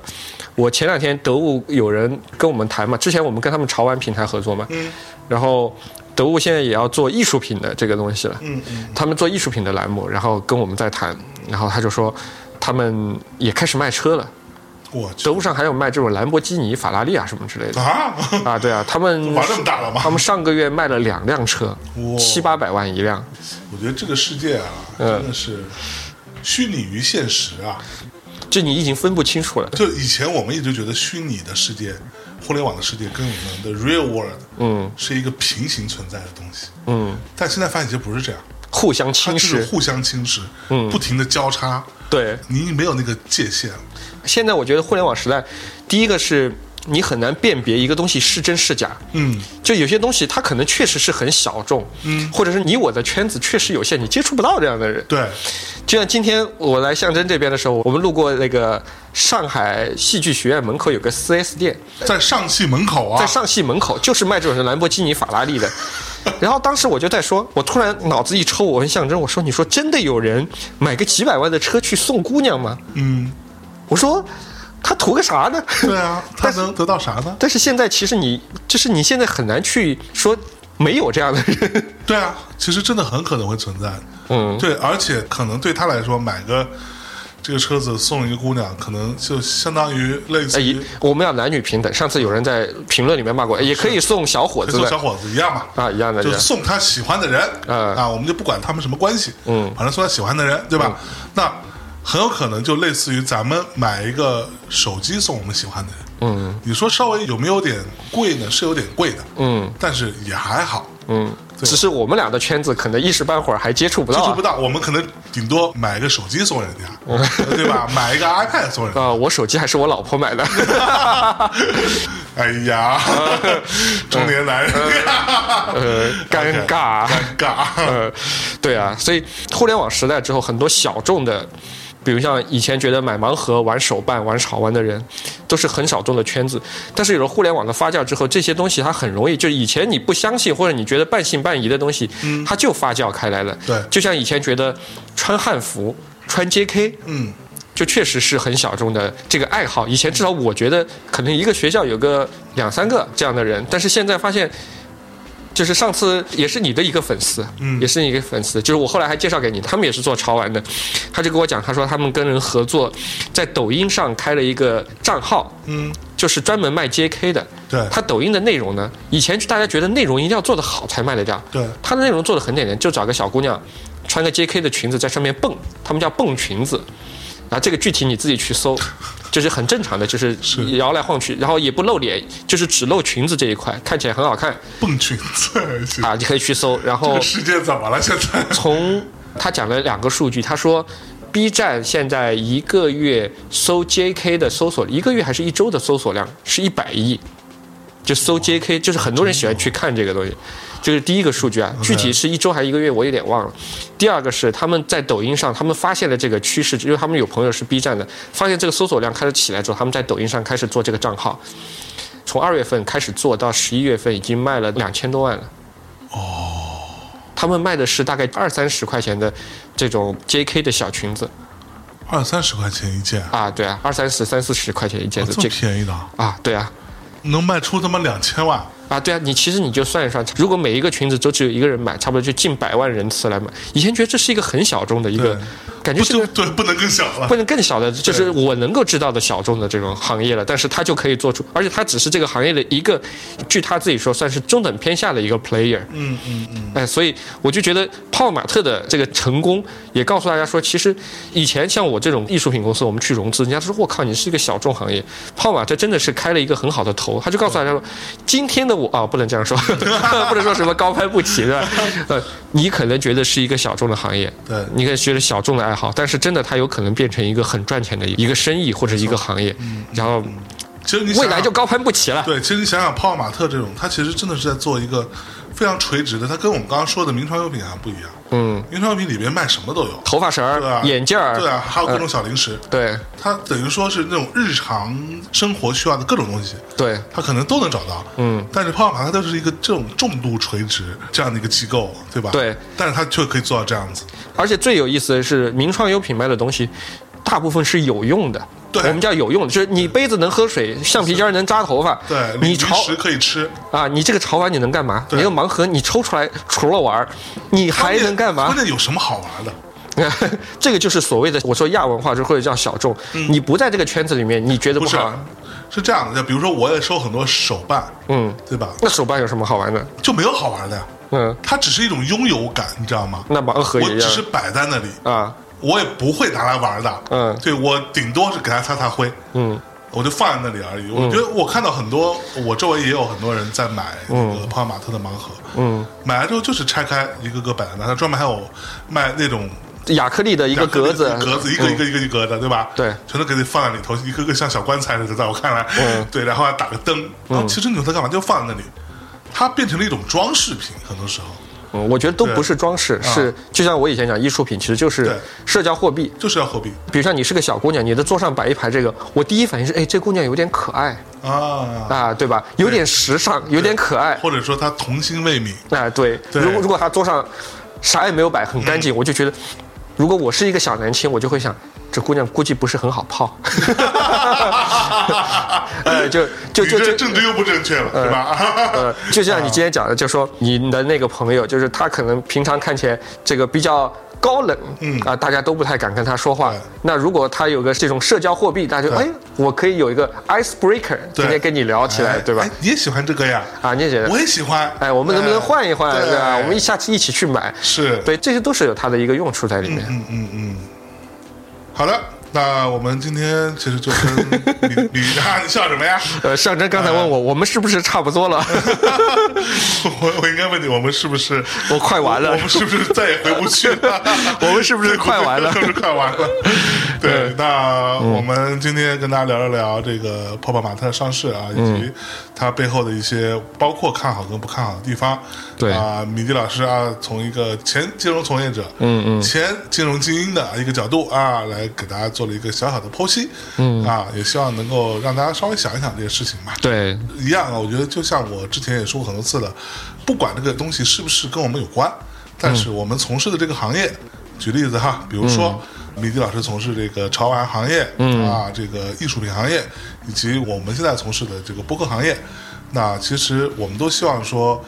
我前两天得物有人跟我们谈嘛，之前我们跟他们潮玩平台合作嘛，
嗯
然后得物现在也要做艺术品的这个东西了，
嗯嗯，
他们做艺术品的栏目，然后跟我们在谈，然后他就说他们也开始卖车了，
我去
得物上还有卖这种兰博基尼、法拉利啊什么之类的。
啊，
啊，对啊，他们
玩这么大了吗
他？们上个月卖了两辆车，
哇
七八百万一辆。
我觉得这个世界啊，
嗯
真的是虚拟与现实啊。
这你已经分不清楚了。
就以前我们一直觉得虚拟的世界、互联网的世界跟我们的 real world，
嗯，
是一个平行存在的东西。
嗯，
但现在发现其实不是这样，
互相
它
侵
啊就是
蚀。
互相侵蚀，嗯，不停的交叉，
对，
你没有那个界限了。
现在我觉得互联网时代，第一个是你很难辨别一个东西是真是假。
嗯，
就有些东西，它可能确实是很小众，嗯，或者是你我的圈子确实有限，你接触不到这样的人。
对，
就像今天我来象征这边的时候，我们路过那个上海戏剧学院门口有个 4S 店，
在上戏门口啊，
在上戏门口就是卖这种兰博基尼、法拉 利的。然后当时我就在说，我突然脑子一抽，我问象征，我说：“你说真的有人买个几百万的车去送姑娘吗？”
嗯，
我说他图个啥呢？
对啊，他能得到啥呢？
但是现在其实你就是你现在很难去说没有这样的 人，
对啊，其实真的很可能会存在。
嗯，
对，而且可能对他来说，买个这个车子送一个姑娘，可能就相当于类
哎
似
也
于
我们要男女平等。上次有人在评论里面骂过，哎也可以送小伙子
送小
的
伙子一样嘛，
啊一样的
就
人
是，送他喜欢的人，
嗯
啊，我们就不管他们什么关系，
嗯
反正送他喜欢的人，对吧？那很有可能就类似于咱们买一个手机送我们喜欢的人，
嗯
你说稍微有没有点贵呢？是有点贵的，
嗯
但是也还好，
嗯，只是我们俩的圈子可能一时半会儿还接触不到、
接
啊
触不。到，我们可能顶多买个手机 送人家，
哦
对吧？买一个 iPad 送人家。
啊、我手机还是我老婆买的，
哎 呀，中年男人，
嗯呃，尴尬。
尴尬。
呃，对啊，所以互联网时代之后，很多小众的，比如像以前觉得买盲盒、玩手办、玩潮玩的人，都是很小众的圈子。但是有了互联网的发酵之后，这些东西它很容易，就以前你不相信或者你觉得半信半疑的东西，它就发酵开来了。
对
就像以前觉得穿汉服、穿 JK，
嗯，
就确实是很小众的这个爱好。以前至少我觉得，可能一个学校有个两三个这样的人，但是现在发现，就是上次也是你的一个粉丝，
嗯
也是你一个粉丝，就是我后来还介绍给你，他们也是做潮玩的，他就跟我讲，他说他们跟人合作，在抖音上开了一个账号，
嗯，
就是专门卖 JK 的。
对
他抖音的内容呢，以前大家觉得内容一定要做得好才卖得掉，
对
他的内容做得很简单，就找个小姑娘穿个 JK 的裙子在上面蹦，他们叫蹦裙子。然后这个具体你自己去搜，就是很正常的，就是摇来晃去，然后也不露脸，就是只露裙子这一块，看起来很好看
蹦 裙子，
啊，你可以去搜。然
这
后
个世界怎么了？现在
从他讲了两个数据，他说 B 站现在一个月搜 JK 的搜索，一个月还是一周的搜索量是一百亿，就搜 JK，就是很多人喜欢去看这个东西。这是第一个数据啊，具体是一周还是一个月，我有点忘了。第二个是他们在抖音上，他们发现了这个趋势，因为他们有朋友是 B 站的，发现这个搜索量开始起来之后，他们在抖音上开始做这个账号，从二月份开始做到十一月份，已经卖了两千多万了。哦，他们卖的是大概二三十块钱的这种 JK 的小裙子
二三十块钱一件，
啊，对啊，二三十、三四十块钱一件的
这么
这个
便宜的啊，
啊，对啊，
能卖出他妈两千万，
啊，对啊，你其实你就算一算，如果每一个裙子都只有一个人买，差不多就近百万人次来买。以前觉得这是一个很小众的一个
对，
感觉
不
是
就
个
对，不能更小了
不。能更小的，就是我能够知道的小众的这种行业了。但是他就可以做出，而且他只是这个行业的一个，据他自己说算是中等偏下的一个 player。
嗯嗯嗯，
哎，所以我就觉得泡玛特的这个成功，也告诉大家说，其实以前像我这种艺术品公司，我们去融资，人家说我靠，你是一个小众行业。泡玛特真的是开了一个很好的头，他就告诉大 家说，今天的我啊，不能这样说，不能说什么高攀不起，对吧？呃，你可能觉得是一个小众的行业，
对
你可能觉得小众的爱好，但是真的它有可能变成一个很赚钱的一个生意或者一个行业，然后
其实你想
未来
想
就高攀不起了。
嗯对，其实你想想，泡泡玛特这种，它其实真的是在做一个非常垂直的，它跟我们刚刚说的名创优品还不一样。
嗯，
名创优品里边卖什么都有，
头发绳儿、
对啊，
眼镜儿，
对啊，还有
嗯
各种小零食，
对
它等于说是那种日常生活需要的各种东西，
对
它可能都能找到。
嗯，
但是泡泡玛特它就是一个这种重度垂直这样的一个机构，对吧？
对，
但是它却可以做到这样子。
而且最有意思的是，名创优品卖的东西，大部分是有用的。
对
我们叫有用的，就是你杯子能喝水，橡皮筋儿能扎头发，
对，
你
零
潮
食可以吃，
啊，你这个潮玩你能干嘛？
对
你个盲盒你抽出来除了玩儿，你还能干嘛
关？键有什么好玩的？
这个就是所谓的我说亚文化，就或者叫小众。你不在这个圈子里面，你觉得
嗯不
不
是啊
好玩，
是这样的，就比如说我也收很多手办，
嗯，
对吧？
那手办有什么好玩的？
就没有好玩的呀。
嗯，
它只是一种拥有感，你知道吗？
那盲盒
我
也一
只
样
是摆在那里，
啊，
我也不会拿来玩的。
嗯
对我顶多是给它擦擦灰，
嗯，
我就放在那里而已。我觉得我看到很多，我周围也有很多人在买那个泡泡玛特的盲盒，
嗯，
买来之后就是拆开一个个摆在那，它专门还有卖那种。
亚克力的一个格子，嗯
格子一个一个一个一个的，对吧？
对
全都给你放在里头，一个个像小棺材似的，在我看来，
嗯
对，然后还打个灯，然后其实你说它干嘛？就放在那里，它变成了一种装饰品，很多时候
嗯，我觉得都不是装饰，
对啊
是就像我以前讲，艺术品其实就是
对
社交货币。
就是要货币
比如像你是个小姑娘，你的桌上摆一排这个，我第一反应是，哎，这姑娘有点可爱
啊，
啊，对吧？有点时尚，有点可爱
或者说它童心 未泯，
啊，对。
对嗯
如果如果她桌上啥也没有摆，很干净，我就觉得，如果我是一个小年轻，我就会想，这姑娘估计不是很好泡。呃， 就就
你
就
这
就
政治又不正确了，对
呃
吧？，
就像
啊
你今天讲的，就说你的那个朋友，就是他可能平常看起来这个比较高冷，
嗯
啊，大家都不太敢跟他说话
对。
那如果他有个这种社交货币，大家就
对
哎，我可以有一个 ice breaker，
对
今天跟你聊起来，
哎
对吧
哎？你也喜欢这个呀？
啊，你也觉得
我，也喜欢。
哎，我们能不能换一换，
哎
对吧？我们一
一
下次一起去买，
是
对，这些都是有它的一个用处在里面。
嗯嗯嗯，好的，那我们今天其实就跟李李啊，你笑什么呀？ 嗯
呃，象征刚才问我，我们是不是差不多了？
我我应该问你，我们是不是
我快完了
我们是不是再也回不去了？
我们是不是快完 了嗯
是不是快 完了？对，那我们今天跟大家聊一聊这个泡泡玛特上市啊，以
嗯
及它背后的一些包括看好跟不看好的地方。
对
啊，米迪老师啊，从一个前金融从业者，嗯嗯，前金融精英的一个角度啊，来给大家做了一个小小的剖析。嗯啊，也希望能够让大家稍微想一想这个事情吧。
对，
一样啊，我觉得就像我之前也说过很多次了，不管这个东西是不是跟我们有关，但是我们从事的这个行业，举例子哈，比如说、米迪老师从事这个潮玩行业，啊，这个艺术品行业，以及我们现在从事的这个播客行业，那其实我们都希望说。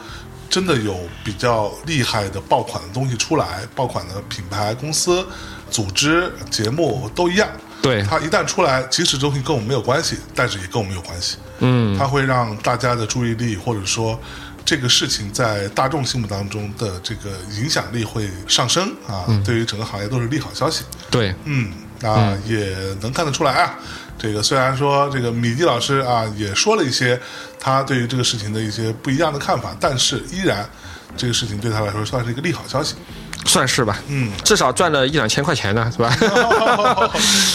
真的有比较厉害的爆款的东西出来，爆款的品牌、公司、组织、节目都一样。
对
它一旦出来，即使这东西跟我们没有关系，但是也跟我们有关系。嗯，它会让大家的注意力，或者说这个事情在大众心目当中的这个影响力会上升啊，对于整个行业都是利好消息。
对，
嗯，那也能看得出来啊。这个虽然说这个米迪老师啊也说了一些他对于这个事情的一些不一样的看法，但是依然这个事情对他来说算是一个利好消息。
算是吧，
嗯，
至少赚了一两千块钱呢，是吧？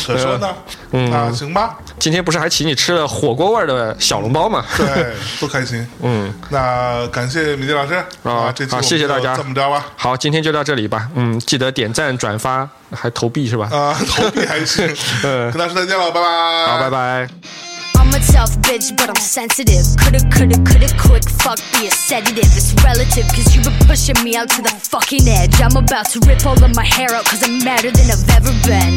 可说呢，那行吧，
今天不是还请你吃了火锅味儿的小笼包吗？
对， 多开心。
嗯，那
感谢米迪老师啊，这期
好谢谢
我们就
大家
这么着吧。
好，今天就到这里吧。嗯，记得点赞、转发，还投币是吧？
啊，投币 还行，跟大家说再见了，拜拜。
嗯好，拜拜。
I'm a tough bitch, but I'm sensitive. Coulda, coulda, coulda, quick, fuck be a sedative. It's relative, cause you been pushing me out to the fucking edge. I'm about to rip all of my hair out, cause I'm madder than I've ever been.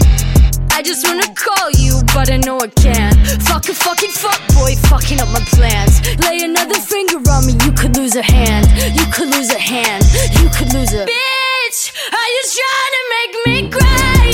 I just wanna call you, but I know I can't. Fuck a fucking fuck boy, fucking up my plans. Lay another finger on me, you could lose a hand. You could lose a hand, you could lose a bitch. Are you trying to make me cry?